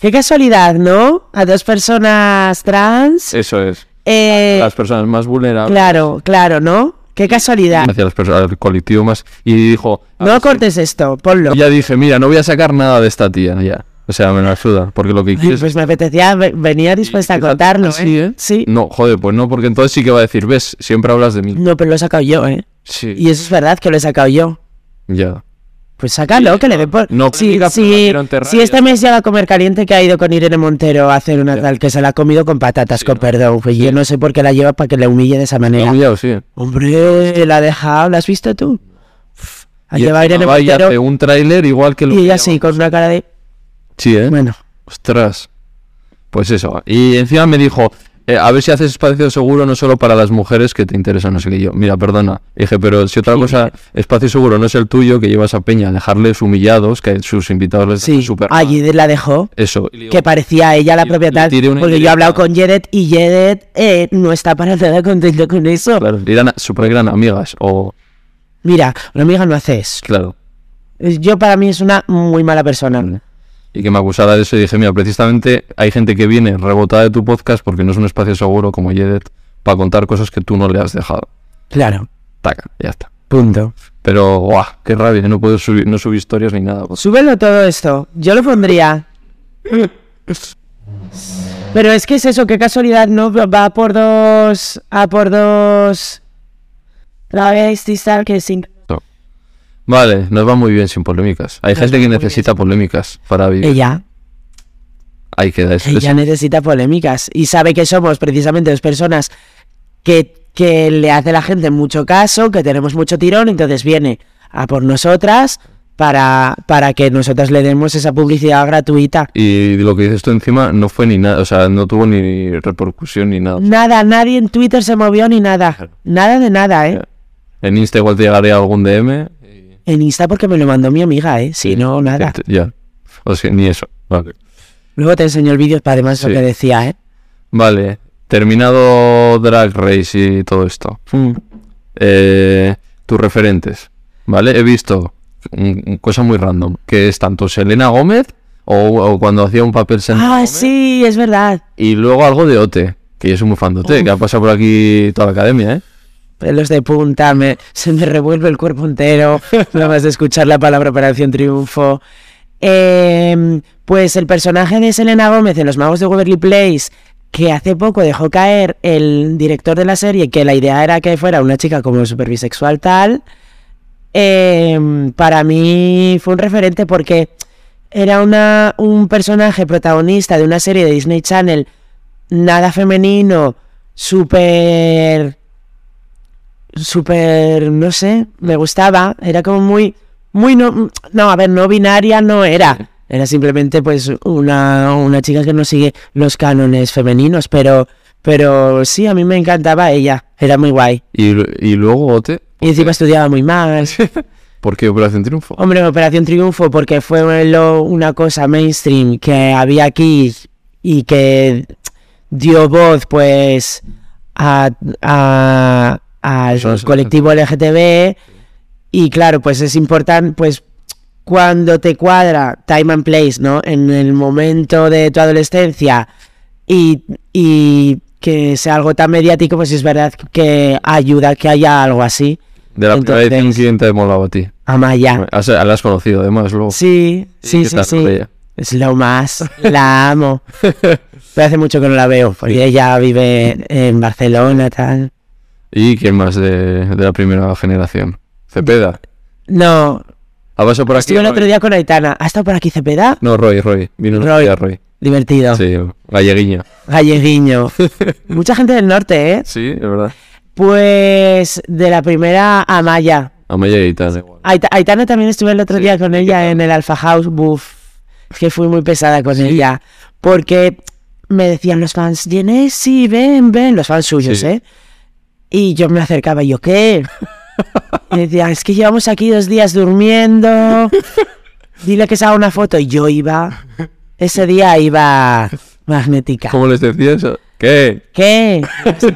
Qué casualidad, ¿no? A dos personas trans. Eso es. Eh, Las personas más vulnerables. claro, claro, ¿no? Qué casualidad. Hacia las personas, al colectivo más. Y dijo. a No ver si- cortes esto, ponlo. Y ah, ya dije, mira, no voy a sacar nada de esta tía ya. O sea, me la suda, porque lo que quieres... Pues me apetecía, ve- venía dispuesta a Quizá- contarlo, así, ¿eh? Sí. Mm. No, joder, pues no, porque entonces sí que va a decir, ves, siempre hablas de mí. No, pero lo he sacado yo, ¿eh? Sí. Y eso es verdad que lo he sacado yo. Ya. Pues sácalo, que le dé por... No, si, diga, pero la si, quiero enterrar si ya. este mes ya va a comer caliente que ha ido con Irene Montero a hacer una Ya. tal que se la ha comido con patatas, con ¿no? perdón. Pues yo no sé por qué la lleva para que la humille de esa Me manera. ha humillado, sí. Hombre, la ha dejado, ¿la has visto tú? Uf, Ha Y llevado a encima Irene va y hace Montero un tráiler igual que lo y que lleva. ella así, con una cara de... Sí, ¿eh? Bueno, Ostras. Pues eso. Y encima me dijo, eh, a ver si haces espacio seguro no solo para las mujeres que te interesan, no sé qué Y yo. Mira, perdona. Dije, pero si otra cosa, espacio seguro no es el tuyo, que llevas a Peña, a dejarles humillados, que sus invitados les sí, super a Yedet la dejó. Eso. Que parecía ella la le propiedad, tiré una porque yo he hablado indirecta. con Yedet y Yedet eh, no está para nada contento con eso. Claro, eran súper gran amigas. O, Mira, una amiga no hace eso. claro. Es- Yo para mí es una muy mala persona. Vale. Y que me acusara de eso y dije, mira, precisamente hay gente que viene rebotada de tu podcast porque no es un espacio seguro como Yedet para contar cosas que tú no le has dejado. Claro, Taca, ya está. punto. Pero, guau, qué rabia, que no puedo subir, no subí historias ni nada. Súbelo todo esto. Yo lo pondría. Pero es que es eso, qué casualidad, ¿no? Va a por dos. A por dos. Travestis, tal, que sin. Vale, nos va muy bien sin polémicas. Hay Nos gente va que muy bien necesita polémicas para vivir. Ella. Ahí queda eso. Ella eso. necesita polémicas. Y sabe que somos precisamente dos personas que, que le hace la gente mucho caso, que tenemos mucho tirón, entonces viene a por nosotras para, para que nosotras le demos esa publicidad gratuita. Y lo que dices tú encima no fue ni nada, o sea, no tuvo ni repercusión ni nada. Nada, nadie en Twitter se movió ni nada. Nada de nada, ¿eh? En Insta igual te llegaría algún DM. En Insta porque me lo mandó mi amiga, ¿eh? Si no, nada. te- te- Este, Ya. O sea, ni eso. Vale. Luego te enseño el vídeo para además Sí. lo que decía, ¿eh? Vale, terminado Drag Race y todo esto. Eh, tus referentes, ¿vale? He visto mm, cosas muy random, que es tanto Selena Gómez o, o cuando hacía un papel Selena Ah, Gómez, sí, es verdad. y luego algo de Ote, que yo soy muy fan de Ote, que ha pasado por aquí toda la academia, ¿eh? Pelos de punta, me- se me revuelve el cuerpo entero, nada más de escuchar la palabra Operación Triunfo. Em, pues el personaje de Selena Gómez en Los Magos de Waverly Place, que hace poco dejó caer el director de la serie, que la idea era que fuera una chica como super bisexual tal, em, para mí fue un referente porque era una, un personaje protagonista de una serie de Disney Channel, nada femenino, súper súper, no sé, me gustaba, era como muy, muy no, no, a ver, no binaria no era, era simplemente pues una, una chica que no sigue los cánones femeninos, pero, pero sí, a mí me encantaba ella, era muy guay. Y, lu- y luego Ote, Y encima estudiaba muy mal. ¿por qué Operación Triunfo? Hombre, Operación Triunfo, porque fue lo- una cosa mainstream que había aquí y que dio voz pues a, a- al Personas colectivo LGTB y claro, pues es importante pues cuando te cuadra time and place, ¿no? En el momento de tu adolescencia y, y que sea algo tan mediático, pues es verdad que ayuda que haya algo así. De la primera Entonces- vez que un cliente te molaba a ti. Amaya. O sea, la has conocido además luego. Sí, sí, ¿Qué sí, tal sí. con ella? Es lo más, la amo. Pero hace mucho que no la veo, porque ella vive en Barcelona, tal. ¿Y quién más de, de la primera generación? Cepeda. No, ¿Ha pasado por aquí? estuve el Roy? otro día con Aitana. ¿Ha estado por aquí Cepeda? No, Roy, Roy. Vino Roy. Ah. Roy. Roy. Divertido. Sí, galleguiña. Galleguiño. Mucha gente del norte, ¿eh? Sí, es verdad. Pues de la primera Amaya. Amaya y tal. Aita- Aitana también estuve el otro Sí, día con ¿y qué ella tal? en el Alfa House. Buf, es que fui muy pesada con ella. Porque me decían los fans, Jenny, sí, ven, ven, los fans suyos, Sí. ¿eh? Y yo me acercaba y yo, ¿qué? Me decía, es que llevamos aquí dos días durmiendo. Dile que se haga una foto. Y yo iba. Ese día iba magnética. ¿Cómo les decías? ¿Qué? ¿Qué?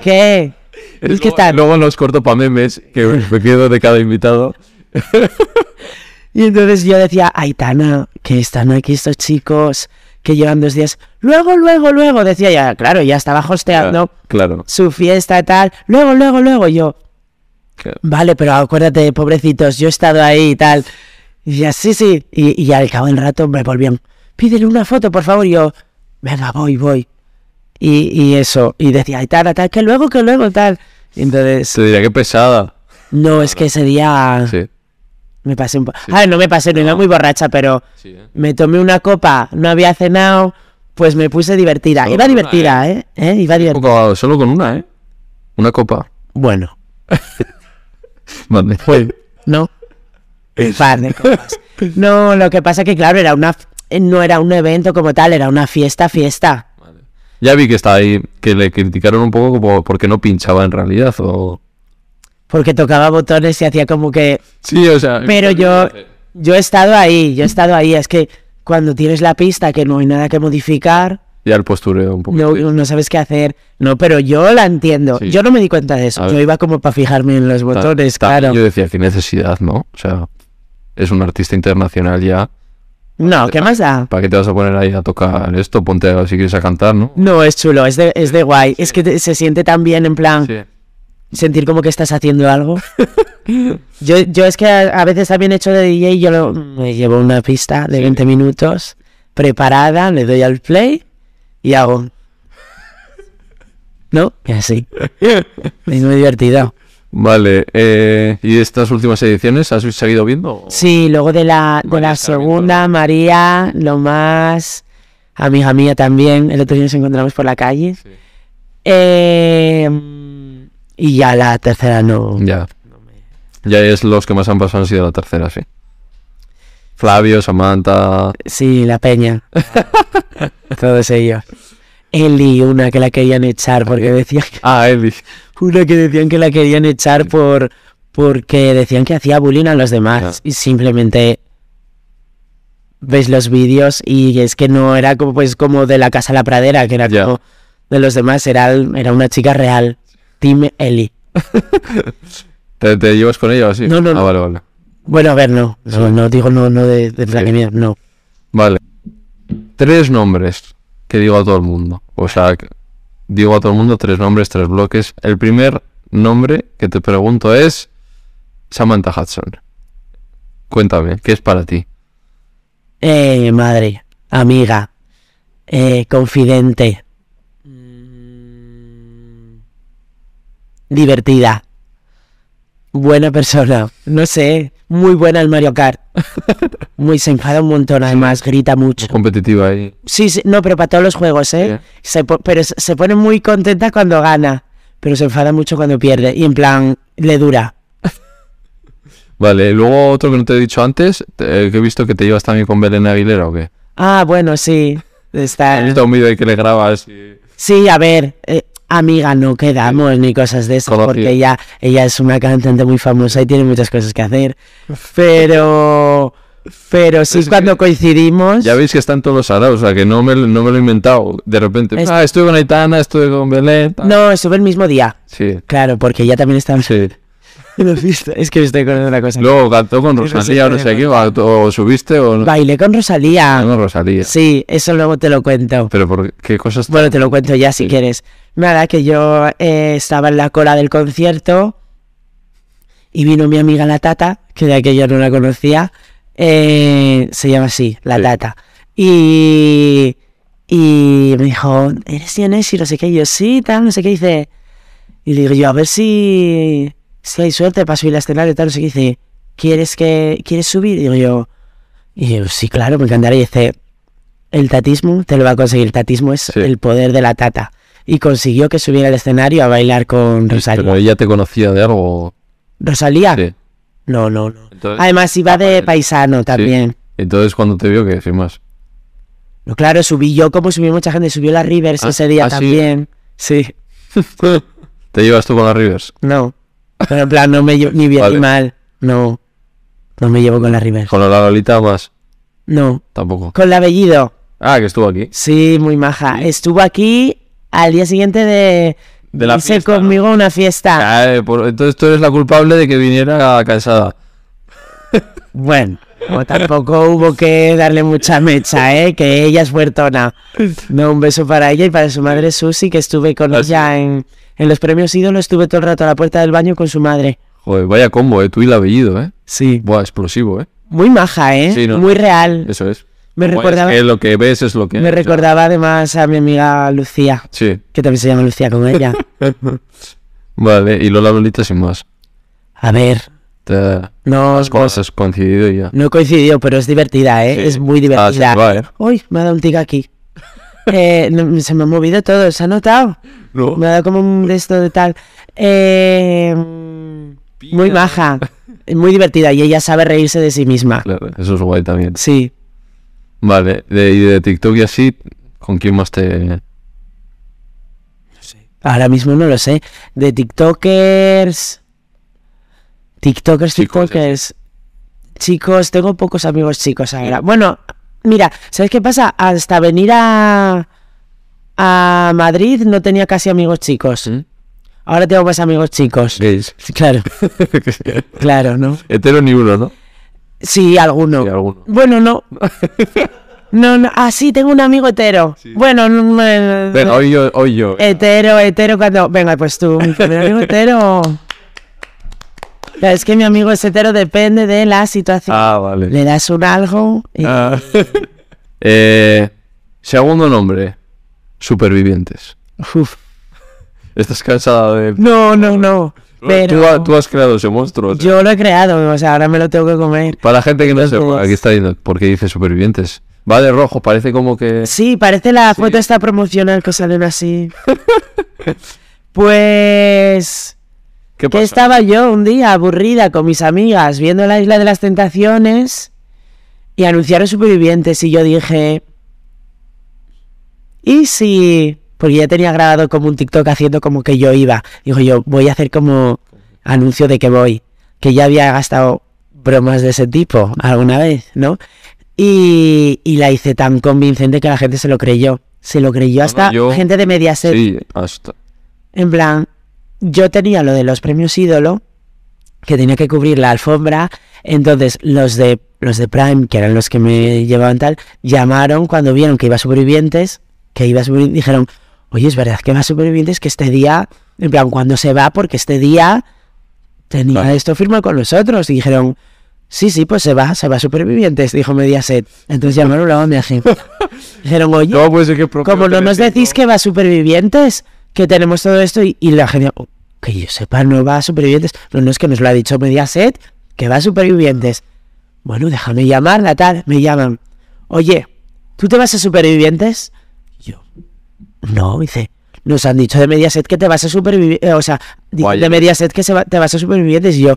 ¿Qué? ¿Y qué luego, tal? Luego los corto para memes, que me quedo de cada invitado. Y entonces yo decía, Aitana, que están aquí estos chicos que llevan dos días. Luego, luego, luego, decía ya, claro, ya estaba hosteando Ah, Claro. su fiesta tal. Luego, luego, luego, Y yo, claro. vale, pero acuérdate, pobrecitos, yo he estado ahí y tal. Y ya, sí, sí. Y, y al cabo del rato me volvían, pídele una foto, por favor. Y yo, venga, voy, voy. Y, y eso, y decía, Aitana, tal, que luego, que luego, tal. Y entonces, Se diría que pesada. no, es que ese día Sí. me pasé un poco. Ah, no me pasé, no iba muy borracha, pero ¿eh? me tomé una copa, no había cenado, pues me puse divertida. Solo Iba con una, divertida, ¿eh? ¿Eh? Iba Un divertida. cagado, solo con una, ¿eh? Una copa. Bueno, Vale. pues, ¿no? Un par de copas. No, lo que pasa que, claro, era una f- no era un evento como tal, era una fiesta, fiesta. Ya vi que está ahí, que le criticaron un poco como porque no pinchaba en realidad. O... Porque tocaba botones y hacía como que... Sí, o sea. Pero yo, yo he estado ahí, yo he estado ahí. Es que cuando tienes la pista que no hay nada que modificar, Ya el postureo un poco. no, no sabes qué hacer. No, pero yo la entiendo. Sí. Yo no me di cuenta de A eso. ver. Yo iba como para fijarme en los Ta- botones, también claro. Yo decía, qué necesidad, ¿no? O sea, es un artista internacional ya. No, ¿qué más da? ¿Para qué te vas a poner ahí a tocar esto? Ponte a- si quieres a cantar, ¿no? No, es chulo, es de, es de guay. Es que te- se siente tan bien, en plan, Sí. sentir como que estás haciendo algo. yo, yo es que a, a veces también he hecho de DJ, yo lo- me llevo una pista de 20 minutos preparada, le doy al play y hago. ¿No? Y así. Es muy divertido. Vale, eh, ¿y estas últimas ediciones has seguido viendo? Sí, luego de la, de María la Sarmiento. segunda, María, lo más amiga mía también, el otro día nos encontramos por la calle. Sí. Eh, mm, y ya la tercera no. Ya. Ya es los que más han pasado han sido la tercera, sí. Flavio, Samantha. Sí, la peña. Todos ellos. Eli, una que la querían echar porque decían Ah, Eli. una que decían que la querían echar por porque decían que hacía bullying a los demás Ya. y simplemente ves los vídeos y es que no era como pues como de la casa a la pradera que era Ya. como de los demás era era una chica real Team Eli ¿Te, te llevas con ella o así? No, no, Ah, no. vale, vale. bueno a ver no no, no, digo no no de, de la que mía, no Vale. Tres nombres que digo a todo el mundo. O sea, que- digo a todo el mundo tres nombres, tres bloques. El primer nombre que te pregunto es Samantha Hudson. Cuéntame, ¿qué es para ti? Eh, madre, amiga, eh, confidente, divertida, buena persona, no sé, muy buena al Mario Kart, muy se enfada un montón, además grita mucho. Competitiva ahí. Sí, sí, no, pero para todos los juegos, ¿eh? Sí. Se po- pero se se pone muy contenta cuando gana, pero se enfada mucho cuando pierde y en plan le dura. Vale, luego otro que no te he dicho antes, eh, que he visto que te llevas también con Belén Aguilera o qué. Ah, bueno, sí, está. He visto un vídeo ahí que le grabas. Sí, a ver, eh, amiga, no quedamos ni cosas de esas, Conocida. porque ella, ella es una cantante muy famosa y tiene muchas cosas que hacer. Pero, Pero sí, Es que- cuando coincidimos. Ya veis que están todos los araos, o sea, que no me, lo- no me lo he inventado. De repente, Es- ah, estuve con Aitana, estuve con Belén. tal. No, estuve el mismo día. Sí, Claro, porque ya también estaba sí. en la fiesta. Es que me estoy acordando de una cosa. Luego cantó con Sí, Rosalía, o no sé Rosalía. qué, o, o subiste o no. Bailé con Rosalía. No, Rosalía. Sí, eso luego te lo cuento. Pero por qué cosas. tan- Bueno, te lo cuento ya si Sí. quieres. Nada, que yo eh, estaba en la cola del concierto y vino mi amiga la Tata, que de aquella no la conocía. eh, se llama así, la Sí. Tata. Y, y me dijo, ¿eres Dionés? Y no sé qué. Y yo, sí, tal, no sé qué. Y dice, y le digo yo, a ver si, si hay suerte para subir al escenario y tal, no sé qué. Y dice, ¿quieres, que, ¿quieres subir? Y digo yo, y yo, sí, claro, me encantaría. Y dice, el tatismo te lo va a conseguir. El tatismo es Sí. el poder de la tata. Y consiguió que subiera al escenario a bailar con Pero Rosalía. ella te conocía de algo. ¿Rosalía? Sí. No, no, no. Entonces, Además, iba Ah, de vale. paisano también. entonces cuando te vio, que sin más. No, claro, subí yo como subió mucha gente. Subió la Rivers Ah, ese día ah, sí. también. Sí. te llevas tú con la Rivers. no. Pero en plan, no me llevo ni bien Vale. ni mal. No. No me llevo con la Rivers. Con la Lolita más. No. Tampoco. Con la Bellido. Ah, que estuvo aquí. Sí, muy maja. Estuvo aquí al día siguiente de, De la irse fiesta, ¿no? conmigo a una fiesta. Ah, eh, por- entonces tú eres la culpable de que viniera cansada. Bueno, o tampoco hubo que darle mucha mecha, ¿eh? Que ella es huertona. No, un beso para ella y para su madre Susi, que estuve con Ah, ella en, en los premios ídolo, estuve todo el rato a la puerta del baño con su madre. Joder, vaya combo, eh. Tú y la apellido, eh. Sí. Buah, explosivo, eh. Muy maja, ¿eh? Sí, no, Muy real. Eso es. Me Buah, es recordaba, que lo que ves es lo que. me recordaba además a mi amiga Lucía, Sí. que también se llama Lucía con ella. Vale, y Lola Lolita sin más. A ver, Te- no, Las cosas has coincidido y ya. no coincidió, pero es divertida, ¿eh? Sí. Es muy Ah, se divertida. te va, eh. Uy, me ha dado un tic aquí. Eh, no, se me ha movido todo, ¿se ha notado? No. Me ha dado como un de esto de tal. Eh, muy baja, muy divertida y ella sabe reírse de sí misma. Claro, eso es guay también. Sí. Vale, de, y de TikTok y así, ¿con quién más te...? Ahora mismo no lo sé. De TikTokers. TikTokers, Chicos, TikTokers. Chicos, tengo pocos amigos chicos ahora. Bueno, mira, ¿sabes qué pasa? Hasta venir a, a Madrid no tenía casi amigos chicos. ¿Mm? Ahora tengo más amigos chicos. Gays. Claro, claro, ¿no? Hetero ni uno, ¿no? Sí, alguno. Sí, alguno. Bueno, no. No, no. Ah, sí, tengo un amigo hetero. Bueno, no, no, no, Venga, hoy yo, hoy yo. hetero, hetero, cuando... Venga, pues tú, mi primer amigo hetero. Claro, es que mi amigo es hetero, depende de la situación. Ah, vale. Le das un algo y... Ah. Eh, segundo nombre, Supervivientes. Uf. Estás cansada de... No, no, no. Tú, Pero ha- tú has creado ese monstruo. o sea, yo lo he creado, o sea, ahora me lo tengo que comer. Para la gente que no Entonces- sepa, aquí está diciendo, ¿por qué dice Supervivientes? Va de rojo, parece como que... Sí, parece la foto esta promocional que salen así. pues... ¿Qué Que pasa? estaba yo un día aburrida con mis amigas viendo la Isla de las Tentaciones y anunciaron supervivientes y yo dije, ¿y si? Porque ya tenía grabado como un TikTok haciendo como que yo iba. Digo yo, voy a hacer como anuncio de que voy, que ya había gastado bromas de ese tipo alguna vez, ¿no? Y, y la hice tan convincente que la gente se lo creyó. Se lo creyó no, hasta yo- gente de Mediaset. Sí, hasta... En plan, yo tenía lo de los premios ídolo, que tenía que cubrir la alfombra, entonces los de los de Prime, que eran los que me llevaban tal, llamaron cuando vieron que iba a supervivientes, que iba a Supervi- dijeron, oye, es verdad que va a supervivientes, que este día, en plan, cuando se va, porque este día tenía Claro. esto firma con nosotros, y dijeron, sí, sí, pues se va, se va a supervivientes, dijo Mediaset. Entonces llamaron a mi agente. Dijeron, oye, ¿Cómo puede ser que propio como no nos Telecinco- decís que va a supervivientes, que tenemos todo esto y, y la gente, "Oh, que yo sepa, no va a supervivientes. No, no es que nos lo ha dicho Mediaset, que va a supervivientes. Bueno, déjame llamarla, tal. Me llaman. Oye, ¿tú te vas a supervivientes? Yo, no, dice. Nos han dicho de Mediaset que te vas a supervivientes. o sea, di- Guay, de eh. Mediaset que se va- te vas a supervivientes. Y yo,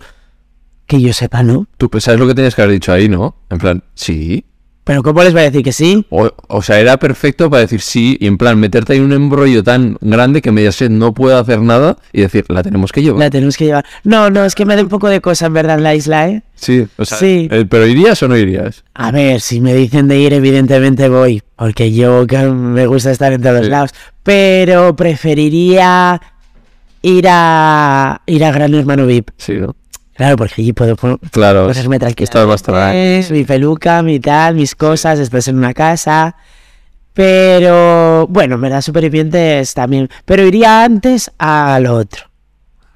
que yo sepa, no. Tú pues, sabes lo que tenías que haber dicho ahí, ¿no? En plan, sí. Pero ¿cómo les va a decir que sí? O, o sea, era perfecto para decir sí y en plan meterte ahí en un embrollo tan grande que Mediaset no pueda hacer nada y decir, la tenemos que llevar. La tenemos que llevar. No, no, es que me da un poco de cosa, en verdad, en la isla, ¿eh? Sí, o sea, Sí. eh, pero ¿irías o no irías? A ver, si me dicen de ir, evidentemente voy, porque yo que me gusta estar en todos Sí. lados. Pero preferiría ir a ir a Gran Hermano VIP. Sí, ¿no? Claro, porque allí puedo poner Claro. cosas muy tranquilas. Estás más tranqui. Mi peluca, mi tal, mis cosas, estás en una casa. Pero bueno, me da supervivientes también. Pero iría antes al otro.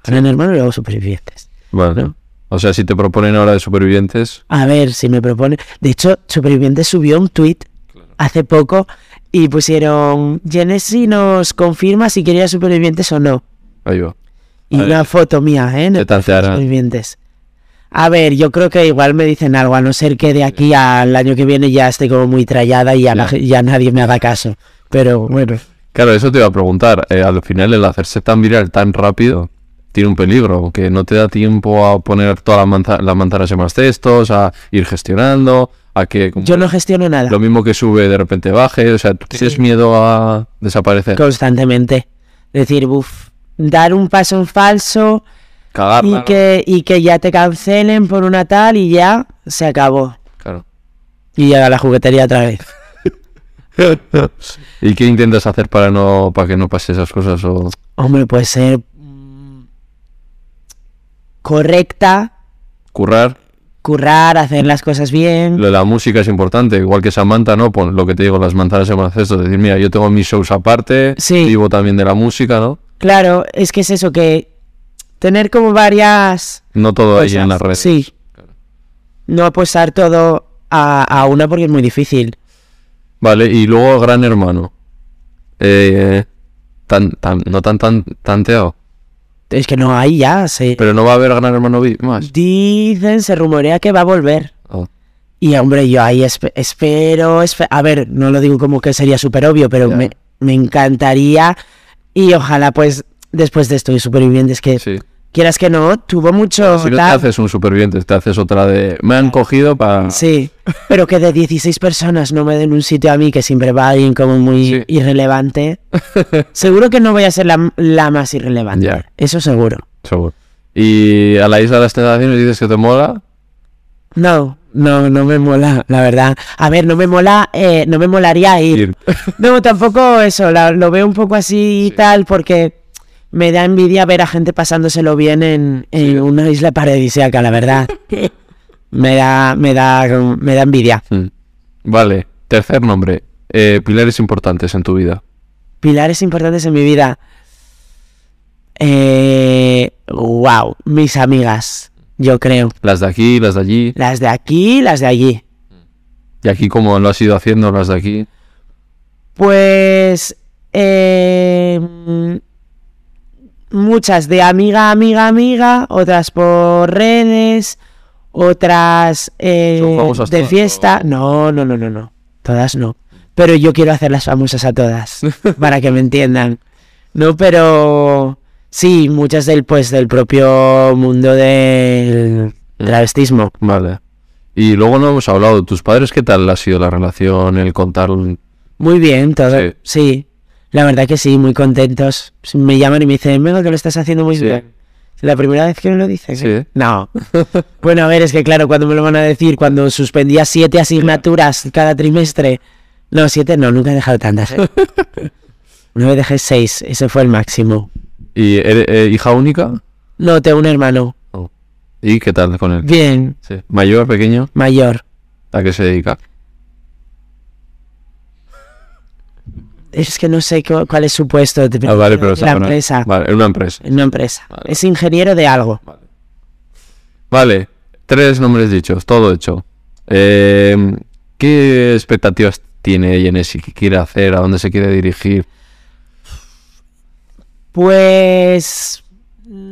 A Gran Hermano y luego supervivientes. Vale. O sea, si te proponen ahora de supervivientes, A ver si me propone. De hecho, Superviviente subió un tweet hace poco y pusieron: Genesi nos confirma si quería Supervivientes o no. ahí va. Y A ver, una foto mía, ¿eh? en te el perfil de tantearán. Supervivientes. A ver, yo creo que igual me dicen algo, a no ser que de aquí al año que viene ya esté como muy trallada y ya, la Ya. ge- ya nadie me haga caso. Pero bueno, Claro, eso te iba a preguntar. eh, al final, el hacerse tan viral tan rápido tiene un peligro, que no te da tiempo a poner todas las, manza- las manzanas en más cestos, a ir gestionando, a que como yo no gestiono nada lo mismo que sube de repente baje. O sea, ¿tú tienes miedo a desaparecer? constantemente. Decir, uff, dar un paso en falso, Cagarla. y que, y que ya te cancelen por una tal y ya se acabó. Claro. Y ya a la juguetería otra vez. ¿Y qué intentas hacer para no para que no pase esas cosas? O... Hombre, puede ser mm, correcta, Currar. currar, hacer las cosas bien. Lo de la música es importante, igual que Samantha, ¿no? Pon lo que te digo, las manzanas en más cestos. Decir, mira, yo tengo mis shows aparte, Sí. vivo también de la música, ¿no? Claro, es que es eso, que tener como varias No todo ahí cosas. en las redes. Pues Sí. No apostar todo a, a una porque es muy difícil. Vale, y luego Gran Hermano. Eh, tan, tan, no tan, tan tanteado. Es que no, ahí ya se... Pero no va a haber Gran Hermano VIP más. Dicen, se rumorea que va a volver. Oh, Y hombre, yo ahí espe- espero, espe- a ver, no lo digo como que sería súper obvio, pero Ya. me, me encantaría y ojalá pues después de esto y supervivientes que sí. quieras que no, tuvo mucho... Si no te Eh, tal- haces un superviviente, te haces otra de. Me han cogido para. Sí, pero que de 16 personas no me den un sitio a mí que siempre va alguien como muy Sí. irrelevante. Seguro que no voy a ser la, la más irrelevante. Ya. Eso seguro. Seguro. Y a la isla de las tentaciones dices que te mola. No, no, no me mola, la verdad. A ver, no me mola, eh, no me molaría ir. Ir. No, tampoco eso, la- lo veo un poco así y Sí. tal, porque me da envidia ver a gente pasándoselo bien en, en una isla paradisíaca, la verdad. Me da, me da, me da envidia. Mm. Vale, tercer nombre. Eh, pilares importantes en tu vida. Pilares importantes en mi vida. Eh, wow, mis amigas, yo creo. Las de aquí, las de allí. Las de aquí, las de allí. Y aquí, como lo has ido haciendo, las de aquí. Pues eh, mm, muchas de amiga, amiga, amiga, otras por redes, otras eh, ¿Son famosas de todas, fiesta. o- No, no, no, no, no. Todas no. Pero yo quiero hacerlas famosas a todas, para que me entiendan. No, pero sí, muchas del pues del propio mundo del travestismo. Vale. Y luego no hemos hablado. ¿Tus padres qué tal ha sido la relación? El contar. Muy bien, todo. Sí. Sí. La verdad que sí, muy contentos. Me llaman y me dicen, venga, que lo estás haciendo muy Sí. bien. La primera vez que me lo dicen. Sí. No. bueno, a ver, es que claro, cuando me lo van a decir, cuando suspendía siete asignaturas cada trimestre. No, siete no, nunca he dejado tantas. ¿eh? Una vez dejé seis, ese fue el máximo. ¿Y eres, eh, hija única? No, tengo un hermano. ¿Y qué tal con él? Bien, Sí. ¿Mayor, pequeño? mayor. ¿A qué se dedica? Es que no sé cu- cuál es su puesto. Ah, vale, pero la empresa. Vale, en una empresa. En una empresa. Vale. Es ingeniero de algo. Vale, tres nombres dichos, todo hecho. Eh, ¿Qué expectativas tiene Genesi? ¿Qué quiere hacer? ¿A dónde se quiere dirigir? Pues,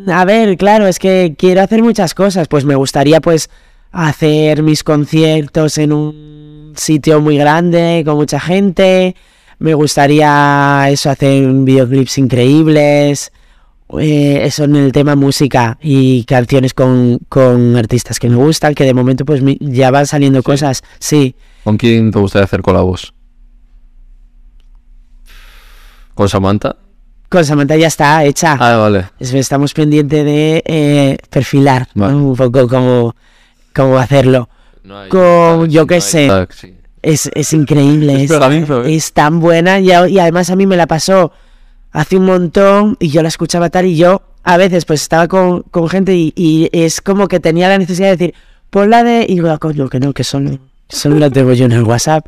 a ver, claro, es que quiero hacer muchas cosas. Pues me gustaría, pues, hacer mis conciertos en un sitio muy grande, con mucha gente. Me gustaría eso, hacer videoclips increíbles. eh, eso en el tema música y canciones con, con artistas que me gustan, que de momento pues mi- ya van saliendo cosas. Sí, ¿Con quién te gustaría hacer colabos? ¿Con Samantha? con Samantha ya está hecha. Ah, vale. Es- Estamos pendiente de eh, perfilar ¿no? Vale. un poco cómo, cómo hacerlo. Con, yo qué sé, Ah, sí. es, es increíble. Es es- pegadizo, ¿eh? es tan buena y, a- y además a mí me la pasó hace un montón y yo la escuchaba tal y yo a veces pues estaba con, con gente y, y es como que tenía la necesidad de decir, ponla de... Y digo, "Ah, coño, que no, que son, son las tengo yo en el WhatsApp.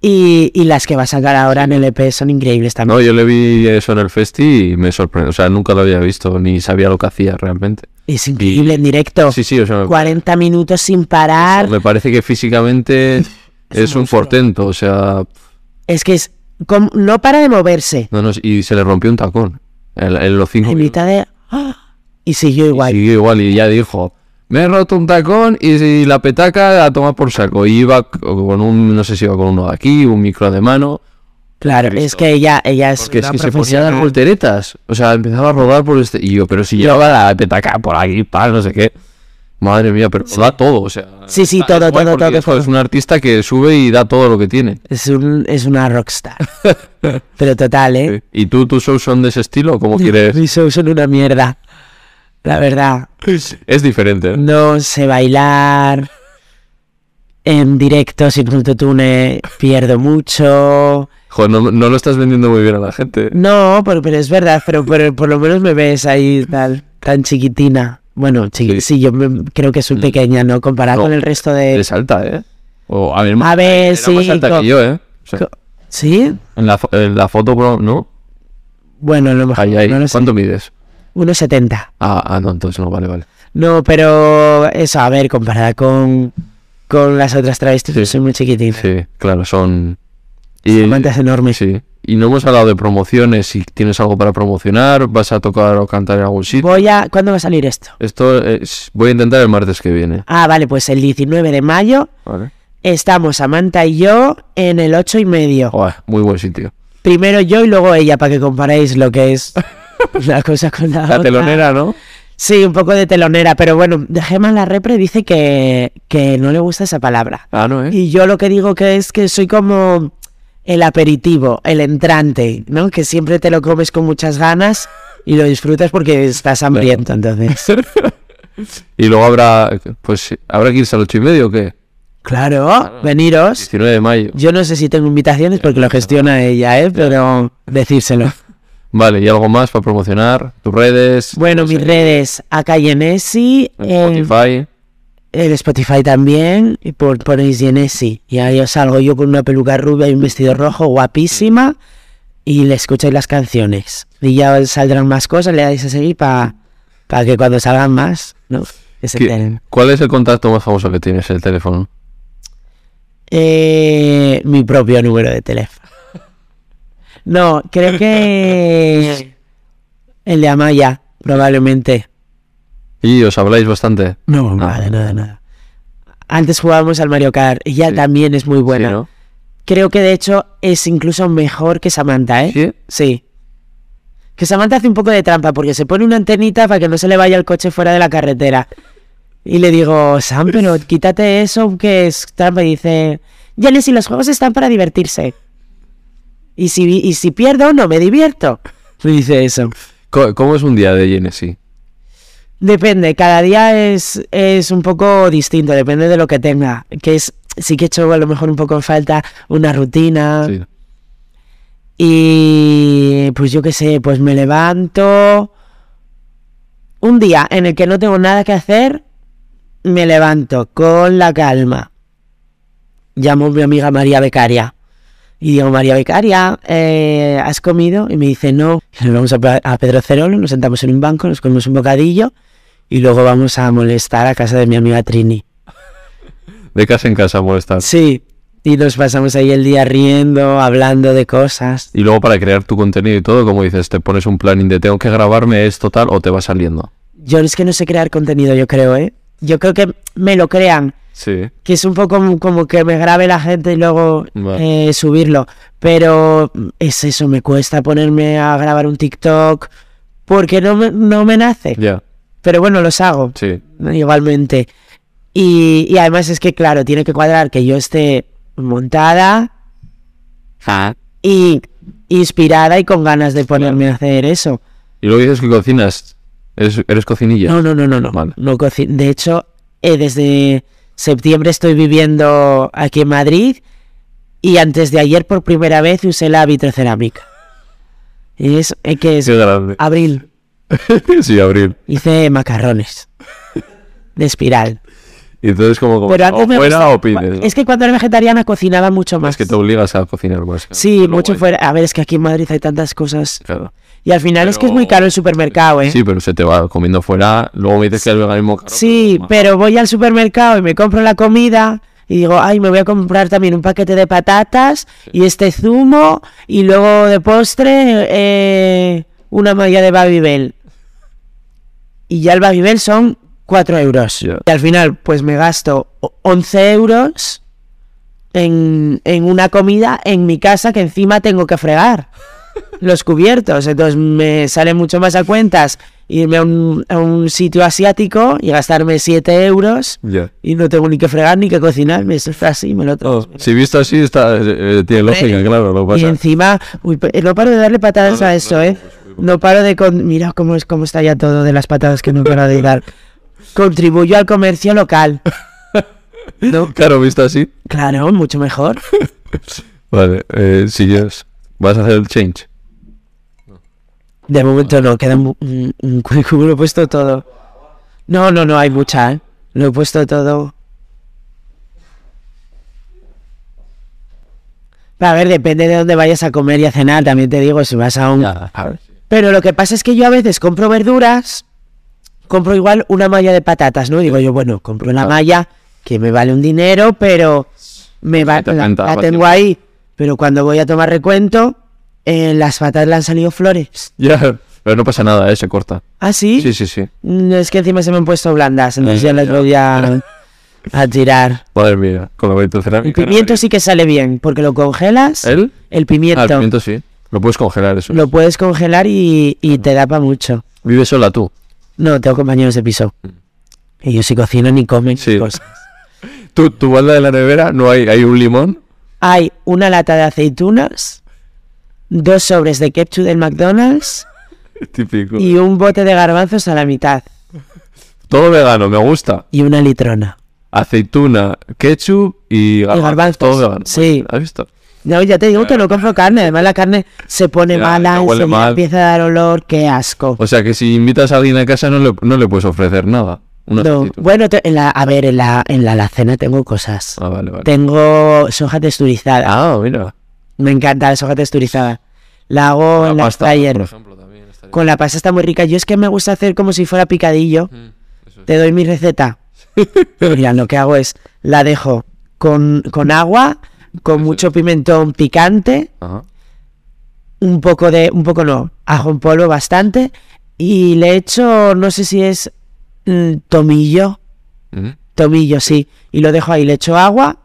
Y, y las que va a sacar ahora en el EP son increíbles también. Ah, No, yo le vi eso en el festi y me sorprendió. O sea, nunca lo había visto ni sabía lo que hacía realmente. es increíble en directo. Sí, sí, o sea, me, 40 minutos sin parar. me parece que físicamente es, un un monstruo. portento. O sea, Es que es... como- no para de moverse. no, no, y se le rompió un tacón en, en los cinco En minutos. mitad de... ¡ah! Y siguió Y igual. siguió igual y ya dijo, me he roto un tacón y, si la petaca a tomar por saco. Y iba c- con un, no sé si iba con uno de aquí, un micro de mano. claro, es que ella, ella es... Porque es una que se ponía a dar profesional. volteretas. O sea, empezaba a rodar por este. Y yo, pero si llevaba la petaca por aquí, para no sé qué. Madre mía, pero da todo, o sea. Sí, sí, está- todo, es guay todo, porque, todo, joder, Es un artista que sube y da todo lo que tiene. Es, un, es una rockstar. Pero total, ¿eh? ¿Y tú, tus shows son de ese estilo? ¿Cómo quieres? Mis shows son una mierda. La verdad. Es diferente. ¿eh? No sé bailar. En directo, sin autotune, pierdo mucho. Joder, no, no lo estás vendiendo muy bien a la gente. No, pero, pero es verdad, pero, pero por lo menos me ves ahí tal, tan chiquitina. Bueno, chiqui- Sí. Mm. sí, yo me- creo que soy pequeña, ¿no? Comparado No, con el resto de... Eres alta, ¿eh? O, a ver, A ver, era sí. más alta co- que yo, ¿eh? O sea, co- ¿Sí? en, la, fo- en la foto, bro, ¿no? Bueno, a lo mejor... Ahí, ahí. No lo sé. ¿Cuánto mides? 1,70. Ah, ah, no, entonces no, vale, vale. No, pero eso, a ver, comparada con, con las otras travestis, Sí. soy muy chiquitín. Sí, claro, son. Mantas enormes. Sí. Y no hemos hablado de promociones. Si tienes algo para promocionar, vas a tocar o cantar en algún sitio. Voy a. ¿Cuándo va a salir esto? Esto es- voy a intentar el martes que viene. Ah, vale, pues el 19 de mayo estamos Samantha y yo en el 8 y medio. Joder, muy buen sitio. Primero yo y luego ella, para que comparéis lo que es una cosa con la, La otra. telonera, ¿no? Sí, un poco de telonera, pero bueno, Gemma la repre dice que, que no le gusta esa palabra. Ah, no, ¿eh? Y yo lo que digo que es que soy como el aperitivo, el entrante, ¿no? Que siempre te lo comes con muchas ganas y lo disfrutas porque estás hambriento, entonces. Y luego habrá. Pues, ¿habrá que irse al ocho y medio o qué? Claro, veniros. 19 de mayo. Yo no sé si tengo invitaciones porque lo gestiona ella, ¿eh? Pero decírselo. Vale, ¿y algo más para promocionar? ¿Tus redes? Bueno, mis redes, acá Yenesi, en Spotify. en Spotify también, y por, ponéis Yenesi. Y ahí os salgo yo con una peluca rubia y un vestido rojo guapísima, y le escucháis las canciones. Y ya os saldrán más cosas, le dais a seguir para que cuando salgan más, ¿no? Que se ¿Qué- enteren. ¿Cuál es el contacto más famoso que tienes en el teléfono? Eh, mi propio número de teléfono. No, creo que el de Amaya, probablemente. Y os habláis bastante. No, Ah. nada, nada, nada. Antes jugábamos al Mario Kart, ella Sí. también es muy buena. Sí, ¿no? Creo que de hecho es incluso mejor que Samantha, ¿eh? ¿Sí? Que Samantha hace un poco de trampa porque se pone una antenita para que no se le vaya el coche fuera de la carretera. Y le digo, Sam, pero quítate eso que es trampa. Y dice, Janis, si los juegos están para divertirse. Y si, y si pierdo, no me divierto. Me dice eso. Co- ¿Cómo es un día de Genesis? Depende, cada día es, es un poco distinto, depende de lo que tenga. Que es, sí que he hecho a lo mejor un poco en falta una rutina. Sí. Y pues yo qué sé, pues me levanto. Un día en el que no tengo nada que hacer, me levanto con la calma. Llamo a mi amiga María Becaria. Y digo, María Becaria, eh, ¿has comido? Y me dice, no. Nos vamos a, Pe- a Pedro Cerolo, nos sentamos en un banco, nos comemos un bocadillo y luego vamos a molestar a casa de mi amiga Trini. De casa en casa molestar. Sí, y nos pasamos ahí el día riendo, hablando de cosas. Y luego para crear tu contenido y todo, como dices, te pones un planning de tengo que grabarme esto tal o te va saliendo. Yo es que no sé crear contenido, yo creo, ¿eh? Yo creo que me lo crean, Sí. que es un poco como- como que me grabe la gente y luego Vale. eh, subirlo. Pero es eso, me cuesta ponerme a grabar un TikTok, porque no me, no me nace. Ya, Pero bueno, los hago sí. igualmente. Y, y además es que, claro, tiene que cuadrar que yo esté montada Ah, y inspirada y con ganas de ponerme a hacer eso. Y luego dices que cocinas. Eres, eres cocinilla. No, no, no, no, no. Vale. No coci- de hecho, eh, desde septiembre estoy viviendo aquí en Madrid y antes de ayer por primera vez usé la vitrocerámica. Y es eh, que es Qué grande. abril. sí, abril. Hice macarrones de espiral. Y entonces como como Pero antes o me fuera gustaba- o pides. Es que cuando era vegetariana cocinaba mucho más. Es que te obligas a cocinar más. Sí, Pero mucho guay, fuera. A ver, es que aquí en Madrid hay tantas cosas. claro. Y al final es que es muy Pero- caro el supermercado, ¿eh? Sí, pero se te va comiendo fuera. Luego me dices que el veganismo. caro, Sí, pero- pero voy al supermercado y me compro la comida y digo, ay, me voy a comprar también un paquete de patatas y este zumo y luego de postre eh, una malla de Babybel. Y ya el Babybel son 4 euros. Ya. Y al final, pues me gasto o- 11 euros en, en una comida en mi casa que encima tengo que fregar los cubiertos. Entonces me sale mucho más a cuentas irme a un, a un sitio asiático y gastarme 7 euros Ya. y no tengo ni que fregar ni que cocinar. Me está así, me lo Oh, tomo. si visto así, está, eh, tiene lógica, claro. Lo que Y pasa. encima, uy, pe- no paro de darle patadas pues No, no, a eso, no, ¿eh? pues, uy, No paro de... Con... Mira cómo, es, cómo está ya todo de las patadas que no paro de dar. Contribuyo al comercio local. No, Claro, visto así. claro, mucho mejor. Vale, eh, sigues. Vas a hacer el change. De momento no, queda mu- mm, mm, currículum, lo he puesto todo. No, no, no, hay mucha, ¿eh? Lo he puesto todo. A ver, depende de dónde vayas a comer y a cenar, también te digo, si vas a un... Pero lo que pasa es que yo a veces compro verduras, compro igual una malla de patatas, ¿no? Digo yo, bueno, compro una Ah. malla que me vale un dinero, pero me va, te la, renta, la va tengo tiempo. ahí. Pero cuando voy a tomar recuento, eh, las patatas le han salido flores. Ya, pero no pasa nada, eh, se corta. ¿Ah, sí? Sí, Eh, sí, sí. Mm, Es que encima se me han puesto blandas, entonces ya las voy a, a tirar. Madre mía, con la vitrocerámica. El pimiento sí que sale bien, porque lo congelas. ¿El? El pimiento. Ah, el pimiento sí. Lo puedes congelar, eso. Lo puedes congelar y, y te da para mucho. Vives sola tú. No, tengo compañeros de piso. Ellos sí cocinan y comen Mm. Sí. cosas. Tú, tu balda de la nevera, no hay, hay un limón. Hay una lata de aceitunas, dos sobres de ketchup del McDonald's Típico. y un bote de garbanzos a la mitad. Todo vegano, me gusta. Y una litrona. Aceituna, ketchup y garbanzos. garbanzos, Todo vegano. sí. ¿Has visto? No, ya te digo que no compro carne, además la carne se pone Ya, mala, ya huele enseguida mal. empieza a dar olor, qué asco. O sea que si invitas a alguien a casa no le, no le puedes ofrecer nada. Una No, aceituna. Bueno, te- en la, a ver, en la, en la alacena tengo cosas. Ah, vale, vale. Tengo soja texturizada. Ah, mira. Ah, Me encanta la soja texturizada. La hago en la pasta, fryer. por ejemplo, también estaría- Con la pasta está muy rica. Yo es que me gusta hacer como si fuera picadillo. Mm, eso es. Te doy mi receta. Mira, lo que hago es la dejo con, con agua, con mucho pimentón picante, Ajá. un poco de, un poco no, ajo en polvo bastante y le echo, no sé si es mm, tomillo, Mm. Tomillo, sí. Y lo dejo ahí, le echo agua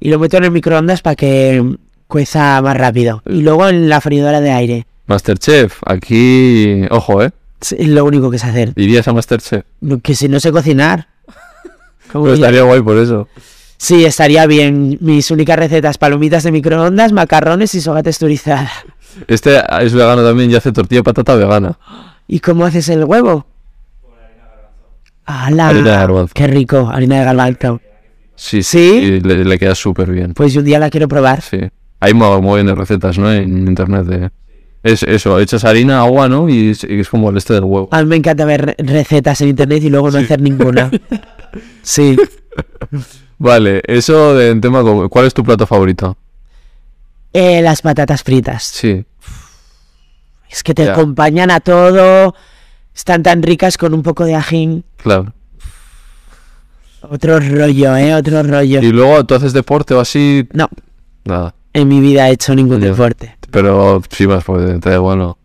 y lo meto en el microondas para que cueza más rápido. Y luego en la freidora de aire. Masterchef, aquí. Ojo, ¿eh? Es lo único que sé hacer. Irías a Masterchef. No- Que si no sé cocinar. ¿cómo Pero voy a- Pues estaría guay por eso. Sí, estaría bien. Mis únicas recetas, palomitas de microondas, macarrones y soga texturizada. Este es vegano también y hace tortilla de patata vegana. ¿Y cómo haces el huevo? ¡Hala! Harina de garbanzo. ¡Qué rico! Harina de garbanzo. Sí, ¿Sí? Y le, le queda súper bien. Pues yo un día la quiero probar. Sí. Hay mo- muy de recetas, ¿no? En internet. De... Es eso, echas harina, agua, ¿no? Y es, y es como el este del huevo. A mí me encanta ver re- recetas en internet y luego no hacer ninguna. Sí. Vale, eso de, en tema. com- ¿Cuál es tu plato favorito? Eh, las patatas fritas. Sí. Es que te Ya. acompañan a todo. Están tan ricas con un poco de ajín. Claro. Otro rollo, ¿eh? Otro rollo. Y luego tú haces deporte o así. No, Nada. en mi vida he hecho ningún Ya. deporte. Pero sí, más porque te da igual, ¿no?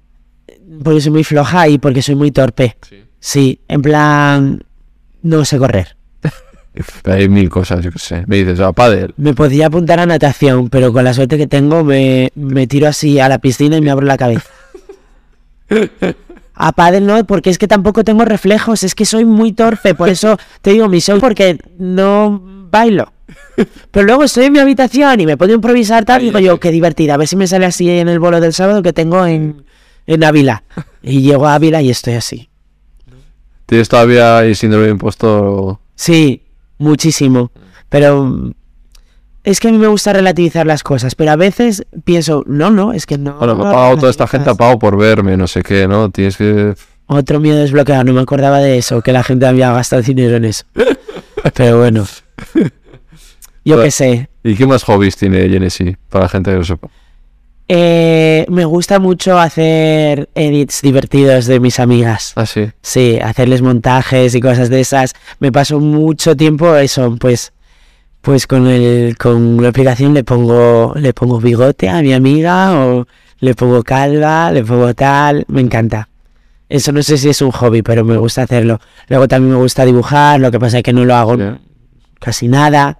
Porque soy muy floja y porque soy muy torpe. Sí. Sí, en plan... No sé correr. Hay mil cosas, yo qué sé. Me dices, ah, pádel. Me podía apuntar a natación, pero con la suerte que tengo me, me tiro así a la piscina y me abro la cabeza. A pádel no, porque es que tampoco tengo reflejos, es que soy muy torpe, por eso te digo mi show, porque no bailo. Pero luego estoy en mi habitación y me puedo improvisar tal, y digo yo, qué divertida, a ver si me sale así en el bolo del sábado que tengo en, en Ávila. Y llego a Ávila y estoy así. ¿Tienes todavía el síndrome de impostor? Sí, muchísimo. Pero mm, es que a mí me gusta relativizar las cosas, pero a veces pienso, no, no, es que Ah, no. Bueno, me ha no pagado toda esta relativizas. gente, ha pagado por verme, no sé qué, ¿no? Tienes que... Otro miedo desbloqueado, no me acordaba de eso, que la gente había gastado dinero en eso. Pero bueno. Yo qué sé. ¿Y qué más hobbies tiene Genesis? Para la gente que no sepa. Eh, me gusta mucho hacer edits divertidos de mis amigas. Ah, sí. Sí, hacerles montajes y cosas de esas. Me paso mucho tiempo eso, pues, pues con el, con la aplicación le pongo, le pongo bigote a mi amiga o le pongo calva, le pongo tal, me encanta. Eso no sé si es un hobby, pero me gusta hacerlo. Luego también me gusta dibujar, lo que pasa es que no lo hago Ya. casi nada.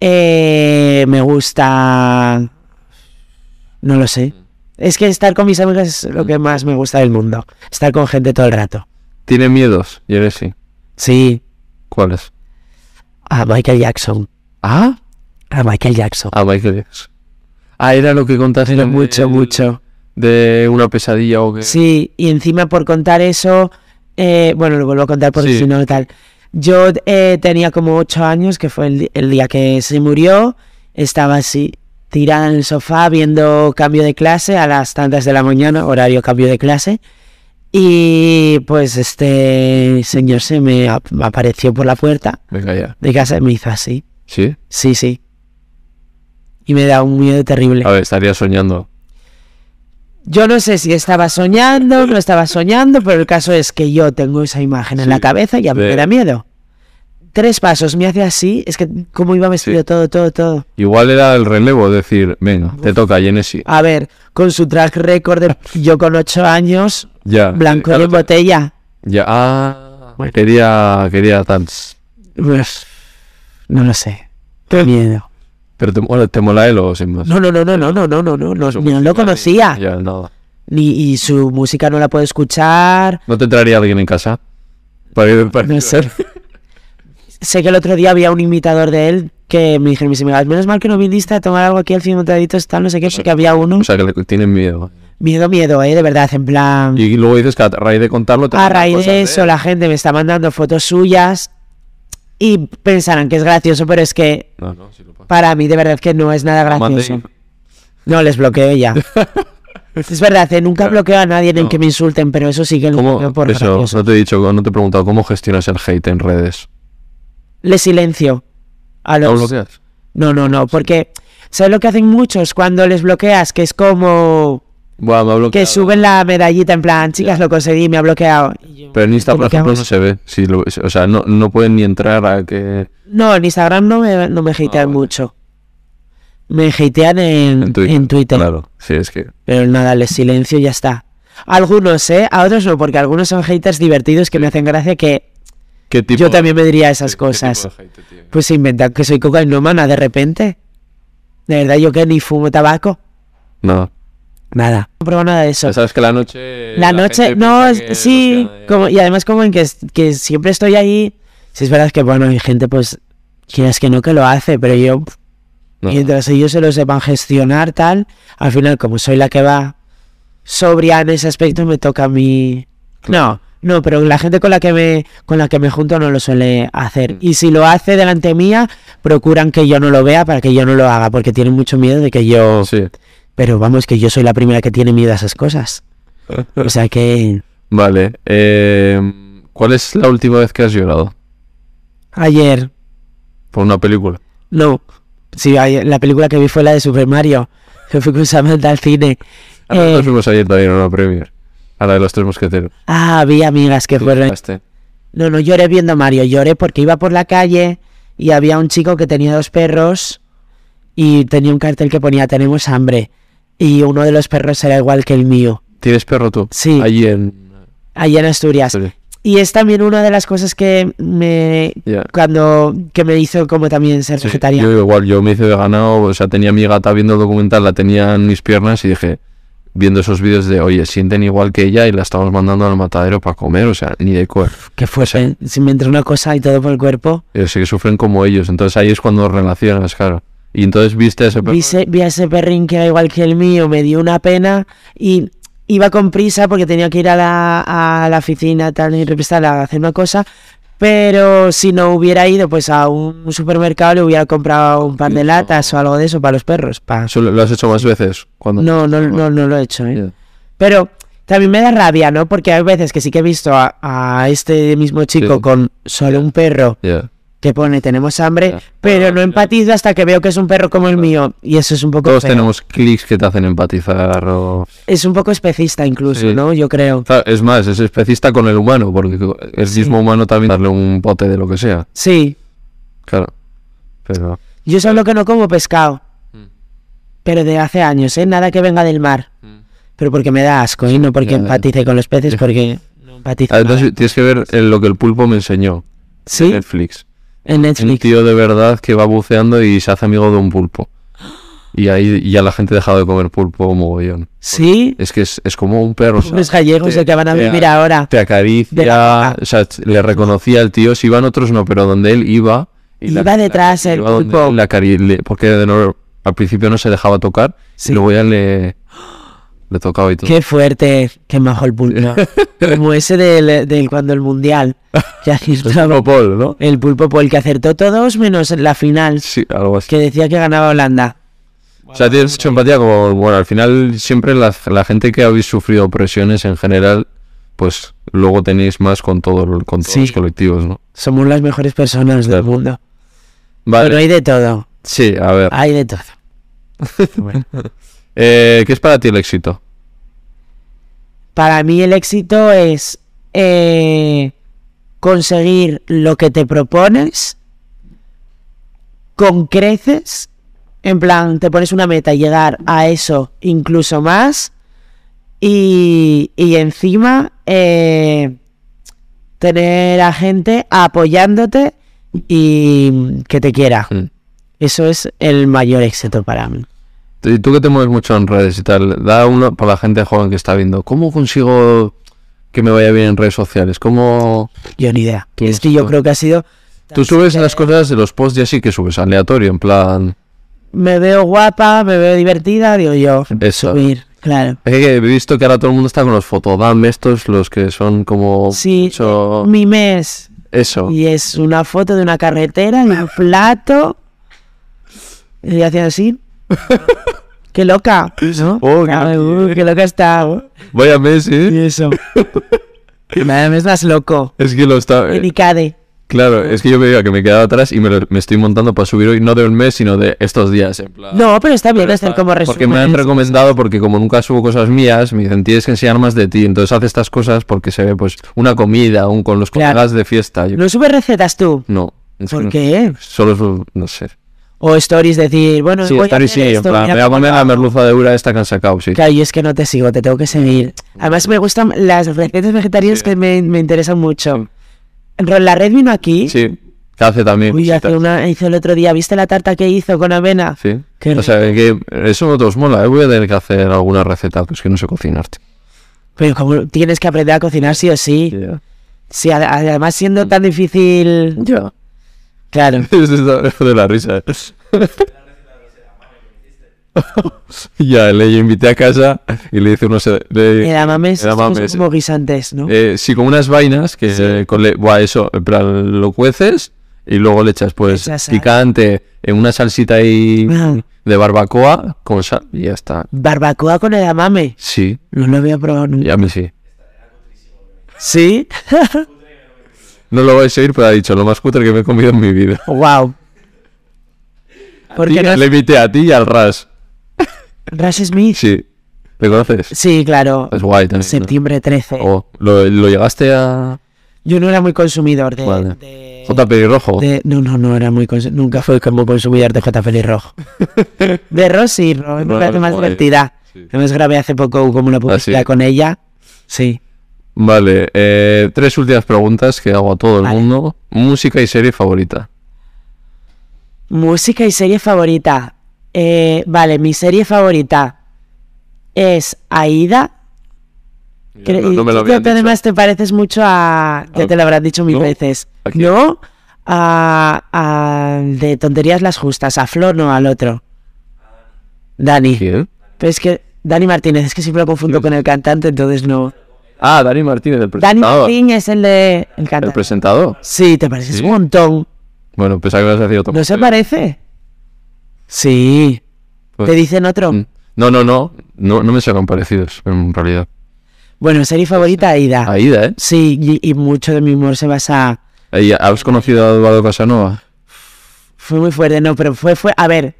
Eh, me gusta, no lo sé. Es que estar con mis amigas es lo que más me gusta del mundo. Estar con gente todo el rato. ¿Tiene miedos, Genesis? Sí, ¿Cuáles? a Michael Jackson. ¿Ah? A Michael Jackson. Ah, Michael Jackson. Ah, era lo que contaste Pero del- mucho, mucho. De una pesadilla o que... Sí, y encima por contar eso, eh, bueno, lo vuelvo a contar porque Sí. si no, tal. Yo eh, tenía como ocho años, que fue el, di- el día que se murió. Estaba así, tirada en el sofá, viendo cambio de clase a las tantas de la mañana, horario cambio de clase. Y pues este señor se me ap- apareció por la puerta Venga ya. de casa y me hizo así. ¿Sí? Sí, sí. Y me da un miedo terrible. A ver, estaría soñando. Yo no sé si estaba soñando, no estaba soñando, pero el caso es que yo tengo esa imagen en Sí, la cabeza y a mí de- me da miedo. Tres pasos, me hace así, es que cómo iba vestido Sí. todo, todo, todo. Igual era el relevo, decir, venga, te toca, Genesis. A ver, con su track record de yo con ocho años, Ya. blanco Claro, en botella. Ya. Ah, quería, quería tan... Pues, No lo sé. Qué miedo. Pero te, mola- te mola él o sin más. No, no, no, no, no, no, no, no, no, no, Su ni no música, lo conocía. Ya, nada. Ni, y su música no la puedo escuchar. ¿No te entraría alguien en casa? Para ir- para- No sé. sé que el otro día había un imitador de él que me dijeron mis amigas, menos mal que no viniste a tomar algo aquí al cine traditos tal, no sé qué, porque había uno. O sea, que le tienen miedo. Miedo, miedo, eh, de verdad, en plan. Y luego dices que a raíz de contarlo te A mandan raíz cosas ¿eh? de eso, la gente me está mandando fotos suyas y pensarán que es gracioso, pero es que No, no, si lo pasa. para mí de verdad que no es nada gracioso. No, les bloqueo ya. es verdad, eh, nunca Claro. bloqueo a nadie en No. que me insulten, pero eso sí que lo ¿Cómo, bloqueo por eso, gracioso. no te he dicho, no te he preguntado, ¿cómo gestionas el hate en redes? Le silencio a ¿Lo los... bloqueas? No, no, no, porque ¿sabes lo que hacen muchos cuando les bloqueas? Que es como Buah, me ha bloqueado. que suben la medallita en plan, chicas, lo conseguí, me ha bloqueado. Pero en Insta, por ¿Cómo que ejemplo, hago no se ve. Si lo- o sea, no, no pueden ni entrar a que... No, en Instagram no me, no me hatean vale. mucho. Me hatean en, Mm, en Twitter, Claro, sí, es que... pero nada, les silencio y ya está. Algunos, ¿eh? A otros no, porque algunos son haters divertidos que me hacen gracia que ¿Qué tipo, yo también me diría esas qué- qué tipo de cosas. hate tiene? Pues se inventan que soy cocainómana de repente. De verdad, yo que ni fumo tabaco. No. Nada. No pruebo nada de eso. Ya sabes que la noche... La noche, gente no, piensa es- que eh. sí, no sea de- como, y además como en que, es- que siempre estoy ahí, si es verdad que, bueno, hay gente, pues, quieras que no que lo hace, pero yo, pf, No. mientras ellos se lo sepan gestionar, tal, al final, como soy la que va sobria en ese aspecto, me toca a mí... No, no, pero la gente con la que me, con la que me junto no lo suele hacer, Mm. y si lo hace delante mía, procuran que yo no lo vea para que yo no lo haga, porque tienen mucho miedo de que yo... Sí. Pero vamos, que yo soy la primera que tiene miedo a esas cosas, o sea que... Vale. eh, ¿Cuál es la última vez que has llorado? Ayer, Por una película. no. Sí, ayer- la película que vi fue la de Super Mario. Que fui con Samantha al cine. Ah, Nosotros Eh, fuimos ayer también a una premier. A la de los tres mosqueteros. ah, había amigas que Sí, fueron. este. No, no lloré viendo Mario. Lloré porque iba por la calle y había un chico que tenía dos perros y tenía un cartel que ponía Tenemos hambre. Y uno de los perros era igual que el mío. ¿Tienes perro tú? Sí. Allí en... Allí en Asturias. Asturias. Y es también una de las cosas que me. Ya. Cuando. que me hizo como también ser Sí, vegetariano. Yo igual, yo me hice vegano, o sea, tenía mi gata viendo el documental, la tenía en mis piernas y dije, viendo esos vídeos de, oye, sienten igual que ella y la estamos mandando al matadero para comer, o sea, ni de cuerpo. Que fuerte. Si me entra una cosa y todo por el cuerpo. Yo eh, sé que sufren como ellos, entonces ahí es cuando relacionas, claro. Y entonces viste a ese perro. Vi, ese- vi a ese perrín que era igual que el mío, me dio una pena y iba con prisa porque tenía que ir a la, a la oficina tal y represar a hacer una cosa. Pero si no hubiera ido pues a un supermercado le hubiera comprado un par de latas o algo de eso para los perros. pa- Eso lo, lo has hecho más veces. Cuando... No, no, no, no lo he hecho, ¿eh? Ya. Pero también me da rabia, ¿no? Porque hay veces que sí que he visto a, a este mismo chico Sí. con solo un perro Ya. que pone tenemos hambre, Ya. pero no empatizo hasta que veo que es un perro como el mío. Y eso es un poco Todos feo. tenemos clics que te hacen empatizar. o- Es un poco especista incluso, Sí. ¿no? Yo creo. Claro, Es más, es especista con el humano, porque el mismo humano también darle un pote de lo que sea. Sí. Claro. Pero. Yo solo que no como pescado. Pero de hace años, ¿eh? Nada que venga del mar. Pero porque me da asco, ¿eh? No porque Ya, ya. empatice con los peces, porque no empatizo. Ah, entonces nada. tienes que ver el- lo que el pulpo me enseñó. Sí, Netflix. en Un Netflix. tío de verdad que va buceando y se hace amigo de un pulpo. Y ahí ya la gente ha dejado de comer pulpo mogollón. Sí, Es que es, es como un perro. o sea, los Pues gallegos te- el que van a te- vivir ahora. Ah. Te De la acaricia, boca. o sea, ch- le reconocía al tío, si iban otros no, pero donde él iba... Iba detrás el iba donde pulpo. él, la cari- le- porque de no- al principio no se dejaba tocar, Sí. y luego ya le, le tocaba y todo. Qué fuerte, qué majo el pulpo. Como ese del, del cuando el mundial. que Pues Es acertaba- como Paul, ¿no? el pulpo por el que acertó todos menos la final, Sí, algo así. que decía que ganaba Holanda. O sea, tienes mucha empatía como, bueno, al final siempre la, la gente que habéis sufrido opresiones en general, pues luego tenéis más con, todo, el- con todos Sí. los colectivos, ¿no? Somos las mejores personas del Claro. mundo. Vale, Pero hay Ah. de todo, sí, a ver. hay de todo. Eh, ¿Qué es para ti el éxito? Para mí el éxito es eh, conseguir lo que te propones con creces. En plan, te pones una meta, llegar a eso incluso más. Y, y encima eh, tener a gente apoyándote y que te quiera. Mm. Eso es el mayor éxito para mí. Y tú que te mueves mucho en redes y tal, da uno para la gente joven que está viendo, ¿cómo consigo que me vaya bien en redes sociales? ¿Cómo Yo ni idea. Tú es no que yo sabes. creo que ha sido... tú subes Sí. las cosas de los posts y así que subes aleatorio, en plan, me veo guapa, me veo divertida, digo yo, Eso. subir, claro. Es que he visto que ahora todo el mundo está con los fotodam estos, los que son como Sí, mucho- mi mes. eso. Y es una foto de una carretera, de un plato. Y haciendo así. Qué loca. ¿no? Oh, qué Ay, loca. uy, qué loca está. uy. Vaya Messi. Y eso. Madre mía, estás loco. Es que lo está. eh, El Icade. Claro, es que yo veía que me quedaba atrás y me, lo- me estoy montando para subir hoy, no de un mes, sino de estos días. En plan. No, pero está bien hacer como Porque me han resumen. recomendado, porque como nunca subo cosas mías, me dicen, tienes que enseñar más de ti. Entonces hace estas cosas porque se ve, pues, una comida, un con los Claro. colegas de fiesta. Yo- No subes recetas tú. no. Es que ¿Por no- qué? Solo, su- no sé. O stories decir, bueno, Sí, voy estar y a hacer sí, en esto, plan, me mira voy a cómo poner lo la hago. merluza de Ura esta que han sacado, sí. Claro, yo es que no te sigo, te tengo que seguir. Además, me gustan las recetas vegetarianas que me, me interesan mucho. Ro- La red vino aquí. Sí, que hace también. Uy, hace cositas. una, hizo el otro día. ¿Viste la tarta que hizo con avena? Sí. Qué o sea, que eso no te os mola, ¿eh? Voy a tener que hacer alguna receta, pues que no sé cocinarte. Pero como tienes que aprender a cocinar sí o sí. Sí, ad- además siendo Mm. tan difícil. Ya. Claro. Es de la risa. ya, le invité a casa y le hice unos... eh, El Le, amames, El somos amames. como guisantes, ¿no? eh, sí, con unas vainas que... eh, con le- buah, eso, en plan, lo cueces y luego le echas, pues, Echas sal. picante en una salsita ahí Ah. de barbacoa con sal y ya está. Barbacoa con el amame. Sí, No lo había probado nunca. ya me sí. ¿Sí? No lo vais a oír, pero ha dicho, lo más cutre que me he comido en mi vida. wow. Porque Ti- no Le invité a ti y al Ras. Ras Smith. Sí. ¿Le conoces? Sí, claro. Es guay también. ¿no? Septiembre 13. Oh, ¿lo, lo llegaste a...? Yo no era muy consumidor de. Vale. de- J. Pelirrojo. de- no, no, no era muy consu- Nunca fui como consumidor de J. Pelirrojo. de Rosy, Ro- me Ro- parece más joder. divertida. Sí. Ah, Además grabé hace poco como una publicidad sí. con ella. Sí. Vale, eh, tres últimas preguntas que hago a todo el Vale. mundo. Música y serie favorita. Música y serie favorita. Eh, vale, mi serie favorita. es Aida. Cre- no, no me lo tú habían te- además dicho. te pareces mucho a... Ya ¿A- te lo habrán dicho mil no? veces. ¿A quién? ¿No? A, a- de tonterías las justas, a Flor no al otro. Dani. ¿Quién? Pero es que Dani Martínez, es que siempre lo confundo con el cantante, entonces no. Ah, Dani Martínez, el Dani presentador. Martín es el de el El cantante. presentador. sí, te pareces ¿Sí? un montón. Bueno, pensaba que lo has sido otro. ¿No se parece? Sí. Pues- ¿Te dicen otro? Mm. No, no, no, no. No me sacan parecidos, en realidad. Bueno, serie favorita, Aida. Aida, ¿eh? Sí, y, y mucho de mi humor se basa... Ahí, ¿Has conocido a Eduardo Casanova? Fue muy fuerte, no, pero fue... fue a ver,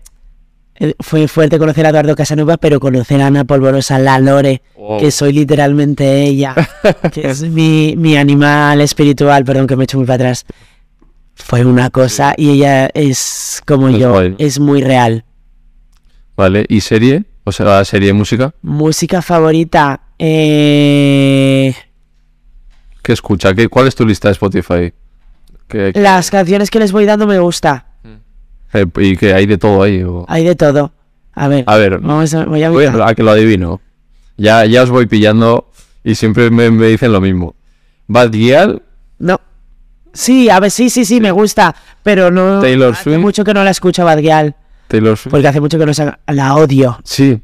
eh, fue fuerte conocer a Eduardo Casanova, pero conocer a Ana Polvorosa, la Lore, Wow. que soy literalmente ella, que es mi, mi animal espiritual, perdón que me echo muy para atrás. Fue una cosa y ella es como Es yo, guay. es muy real. Vale, ¿y serie? O sea, serie de música. Música favorita, eh... ¿Qué escucha? ¿Qué, ¿Cuál es tu lista de Spotify? ¿Qué- qué- Las canciones que les voy dando me gusta. eh, ¿Y que hay de todo ahí? o- Hay de todo. A ver. A ver, Vamos a, voy a voy mirar. a, a que lo adivino. Ya, ya os voy pillando y siempre me, me dicen lo mismo. Bad Gyal, No. Sí, a ver, sí, sí, sí, me gusta. Pero no. Taylor hace Swift. Ah, mucho que no la escucho, Bad Gyal, Taylor Swift. Porque hace mucho que no sa- La odio. Sí,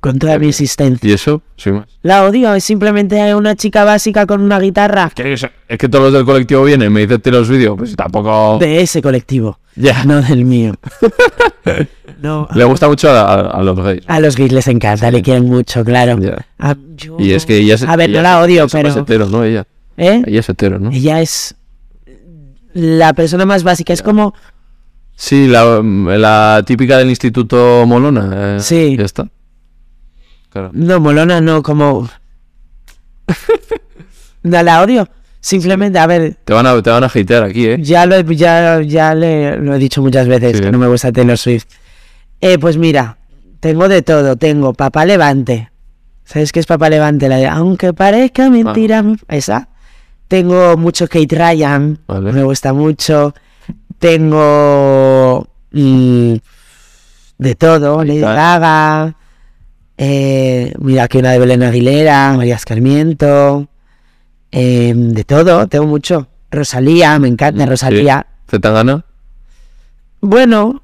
Con toda mi existencia. ¿y eso? Sí, más. La odio. Es simplemente una chica básica con una guitarra. Que Es es que todos los del colectivo vienen, me dicen Taylor Swift, digo, pues tampoco... De ese colectivo. Ya. No del mío. no. Le gusta mucho a, a- a los gays. A los gays les encanta, le quieren mucho, claro. Ya. A- yo- Y es que ella es- A ver, ella- no la odio, ella Es pero. hetero, ¿no? Ella, ¿Eh? ella es hetero, ¿no? Ella es la persona más básica. Es como Sí, la, la típica del instituto Molona. eh, Sí. Ya está. Claro. No, molona no, como... no la odio. Simplemente, a ver, Te van a, te van a hatear aquí, ¿eh? ya lo he, ya, ya le, lo he dicho muchas veces, Sí. que no me gusta Taylor Swift. Eh, pues mira, tengo de todo. Tengo Papá Levante. ¿Sabes qué es Papá Levante? La de Aunque parezca mentira. Esa. Tengo mucho Kate Ryan. Vale. Me gusta mucho. Tengo... mm, de todo. Lady Gaga. Gaga. Eh, mira, aquí una de Belén Aguilera, María Escarmiento. eh, de todo, tengo mucho. Rosalía, me encanta Rosalía. ¿Te tan gana? Bueno,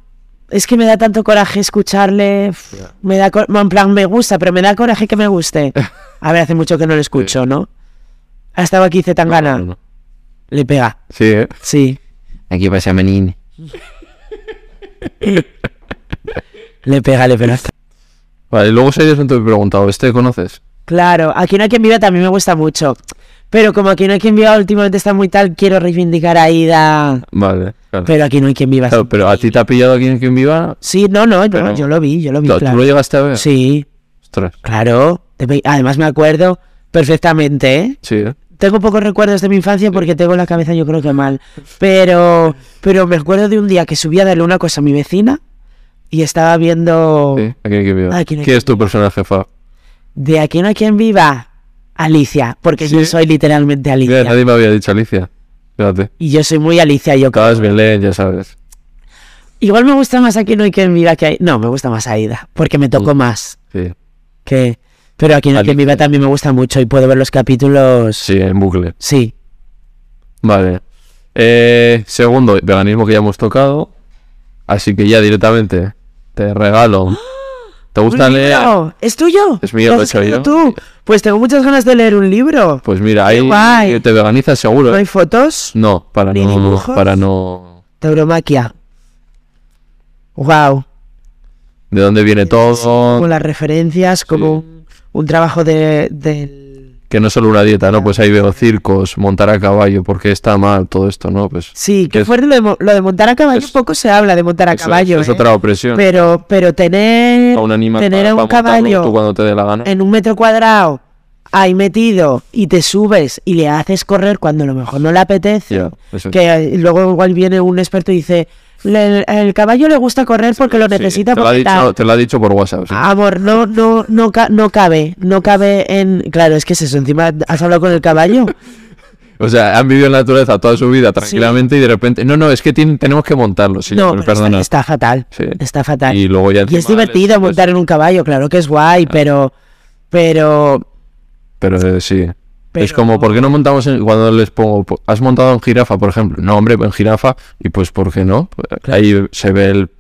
es que me da tanto coraje escucharle. f- Me da cor- en plan, me gusta, pero me da coraje que me guste. A ver, hace mucho que no lo escucho, ¿no? Ha estado aquí Zetangana. Le pega. Sí, ¿eh? Sí, Aquí pasa Menin. le pega, le pega. Vale, luego series no te he preguntado. ¿Este conoces? Claro, Aquí no hay quien viva también me gusta mucho. Pero como Aquí no hay quien viva últimamente está muy tal, quiero reivindicar a Ida. Vale, claro. Pero Aquí no hay quien viva. es Claro, pero a ti te ha pillado aquí en Quien Viva. Sí, no, no, no, Pero- yo lo vi, yo lo vi, ¿Tú, claro. lo llegaste a ver? Sí, Ostras. claro. Te pe- Además me acuerdo perfectamente, ¿eh? Sí, ¿eh? Tengo pocos recuerdos de mi infancia porque tengo la cabeza yo creo que mal. Pero, pero me acuerdo de un día que subí a darle una cosa a mi vecina y estaba viendo Sí, aquí en Quien Viva. Oh. Aquí no hay ¿Quién es tu personaje, Fa? de aquí no hay quien viva Alicia, porque yo Sí. soy literalmente Alicia. Mira, nadie me había dicho Alicia. Fíjate. Y yo soy muy Alicia, yo creo. Acabas Belén, ya sabes. Igual me gusta más aquí no hay quien viva que ahí. No, me gusta más Aida, porque me tocó más Sí. que... Pero aquí no hay quien Mm. Alicia. viva también me gusta mucho y puedo ver los capítulos... Sí, en bucle. Sí. Vale. Eh, segundo, veganismo que ya hemos tocado. Así que ya directamente te regalo. ¿Te gusta ¡Un leer? libro! ¿Es tuyo? Es mío, ¿Lo lo he has hecho escrito yo. tú? Pues tengo muchas ganas de leer un libro. Pues mira, ahí guay! te veganizas seguro. ¿No ¿eh? hay fotos? No, para ¿Ni no, dibujos? para no. Tauromaquia. Wow. ¿De dónde viene Con todo? las referencias, como un, un trabajo de, del... Que no es solo una dieta, ¿no? Pues ahí veo circos, montar a caballo, porque está mal todo esto, ¿no? Pues Sí, Que que es- fuerte lo de, mo- lo de montar a caballo. es- poco se habla de montar a eso- caballo. eso es ¿eh? otra opresión. Pero, pero tener, a un animal tener para- a un para montarlo caballo tú cuando te dé la gana. en un metro cuadrado ahí metido y te subes y le haces correr cuando a lo mejor no le apetece. Ya, eso es. Que eh, luego igual viene un experto y dice, "Le- el, caballo le gusta correr porque lo Sí, necesita te, lo ha porque tal". Ah, dicho, te lo ha dicho por WhatsApp. sí. Amor, no, no, no, ca- no cabe, no cabe en... Claro, es que es eso, encima has hablado con el caballo. O sea, han vivido en la naturaleza toda su vida tranquilamente y de repente. No, no, es que tienen- tenemos que montarlo. Sí, pero no, pero está, perdona. está fatal. Sí. Está fatal. Y luego ya. Y es encima les- divertido pues, montar en un caballo, claro que es Ah. guay, pero. Pero. Pero eh, sí. Es Pero- como, ¿por qué no montamos en, cuando les pongo, po- has montado en jirafa, por ejemplo? No, hombre, en jirafa, y pues, ¿por qué no? Pues, Ahí se ve el,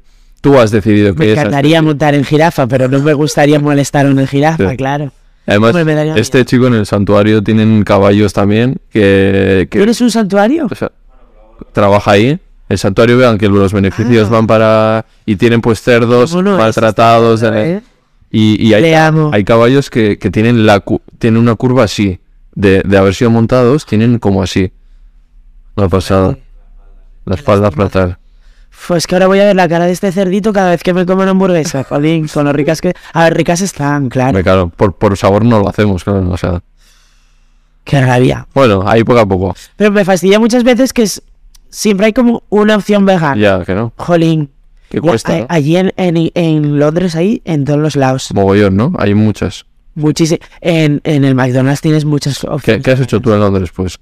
tú has decidido Me que es. encantaría montar en jirafa, pero no me gustaría molestar a una jirafa, Sí. claro. Además, Hombre, me daría este chico en el santuario tienen caballos también, que, que- ¿No eres un santuario? o sea, trabaja ahí. El santuario, vean que los beneficios Ah. van para, y tienen pues cerdos ¿Cómo no? Eso está maltratados. de- ¿Eh? Y, y hay, Le amo. hay caballos que, que tienen, la, cu- tienen una curva así, de, de haber sido montados, tienen como así. La pasada. La espalda frontal. Pues que ahora voy a ver la cara de este cerdito cada vez que me como una hamburguesa, jolín, con lo ricas que... A ver, ricas están, claro. Hombre, claro, por, por sabor no lo hacemos, claro. O sea, Qué rabia. bueno, ahí poco a poco. Pero me fastidia muchas veces que es... siempre hay como una opción vegana. Ya, que no. Jolín. Que Ya, cuesta. a- ¿no? Allí en, en- en Londres, ahí, en todos los lados. Mogollón, ¿no? Hay muchas. Muchísimo. En, en el McDonald's tienes muchas ¿Qué, opciones. qué has hecho tú en Londres, pues?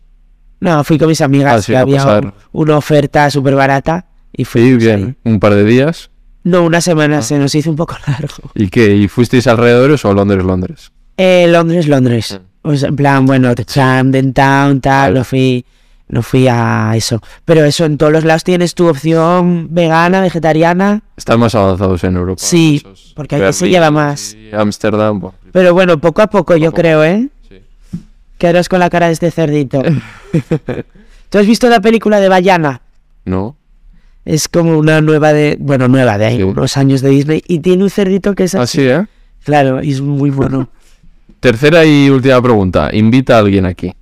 No, fui con mis amigas, Ah, sí, que a había pasar. un- una oferta súper barata y fui. Sí, bien. Ah. Un par de días. No, una semana se nos hizo un poco largo. ¿Y qué? ¿Y fuisteis alrededores o a Londres, Londres? Eh, Londres, Londres. O sea, en plan, bueno, Camden Town, tal, no fui, no fui a eso. Pero eso, en todos los lados tienes tu opción vegana, vegetariana. Están más avanzados en Europa. Sí, muchos. porque aquí se Berlín lleva más. y Ámsterdam, bueno, Pero bueno, poco a poco, yo Poco. creo, ¿eh? sí. Quedaros con la cara de este cerdito. ¿Tú has visto la película de Bayana? ¿No? Es como una nueva de. Bueno, nueva de ahí, Sí. unos años de Disney. Y tiene un cerdito que es Así, así. ¿eh? Claro, y es muy bueno. Tercera y última pregunta. Invita a alguien aquí.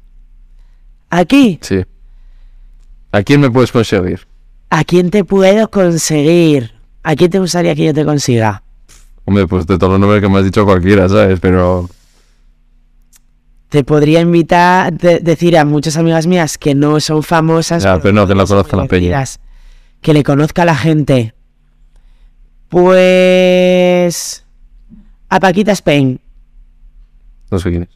Aquí, Sí. ¿A quién me puedes conseguir? ¿a quién te puedo conseguir? ¿A quién te gustaría que yo te consiga? Hombre, pues de todos los nombres que me has dicho cualquiera, ¿sabes? Pero Te podría invitar, de- decir a muchas amigas mías que no son famosas. Ya, pero no, que la son muy conozca la peña. divertidas, Que le conozca la gente. Pues. A Paquita Spain. no sé quién es.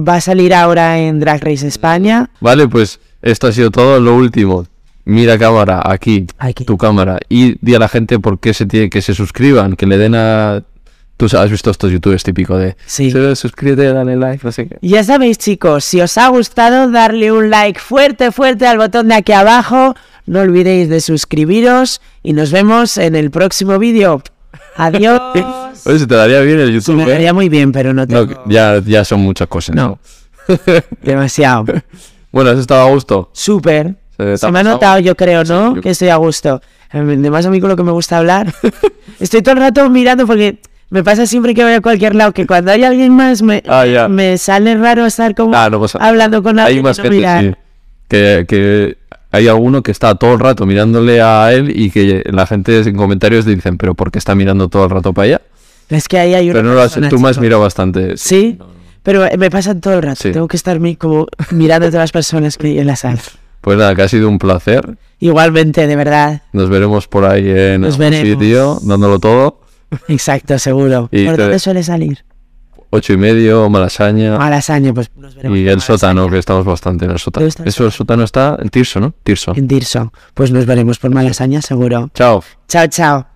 Va a salir ahora en Drag Race España. Vale, pues esto ha sido todo. Lo último. Mira cámara, aquí, Aquí. tu cámara. Y di a la gente por qué se tiene que se suscriban, que le den a... Tú has visto estos youtubers típicos de... Sí. "Sí, Suscríbete, dale like, no sé qué. Ya sabéis, chicos, si os ha gustado, darle un like fuerte, fuerte al botón de aquí abajo. No olvidéis de suscribiros y nos vemos en el próximo vídeo. Adiós. Oye, se te daría bien el YouTube, Me ¿eh? daría muy bien, pero no No, tengo ya, ya son muchas cosas. No. demasiado. Bueno, eso estaba a gusto. Súper. Se te Se me ha pasado. notado, yo creo, ¿no? Sí, yo- Que estoy a gusto. Además, a mí con lo que me gusta hablar. Estoy todo el rato mirando porque me pasa siempre que voy a cualquier lado que cuando hay alguien más me, Ah, ya. me sale raro estar como Ah, no pasa- hablando con alguien. Hay y más no gente, mirar. sí. Que, que hay alguno que está todo el rato mirándole a él y que la gente en comentarios dicen, pero ¿por qué está mirando todo el rato para allá? Es que ahí hay una Pero no lo has- persona, tú me has chico. mirado bastante. Sí, pero eh, me pasan todo el rato. Sí. Tengo que estar mi- como mirando a todas las personas que hay en la sala. Pues nada, que ha sido un placer. Igualmente, de verdad. Nos veremos por ahí en Nos algún veremos. sitio, dándolo todo. Exacto, seguro. Y ¿Por te- dónde suele salir? Ocho y medio, Malasaña. Malasaña, pues nos veremos. Y en el Malasaña. sótano, que estamos bastante en el sótano. ¿Dónde está el Eso, el sótano está en Tirso, ¿no? Tirso. En Tirso. Pues nos veremos por Malasaña, seguro. Chao. Chao, chao.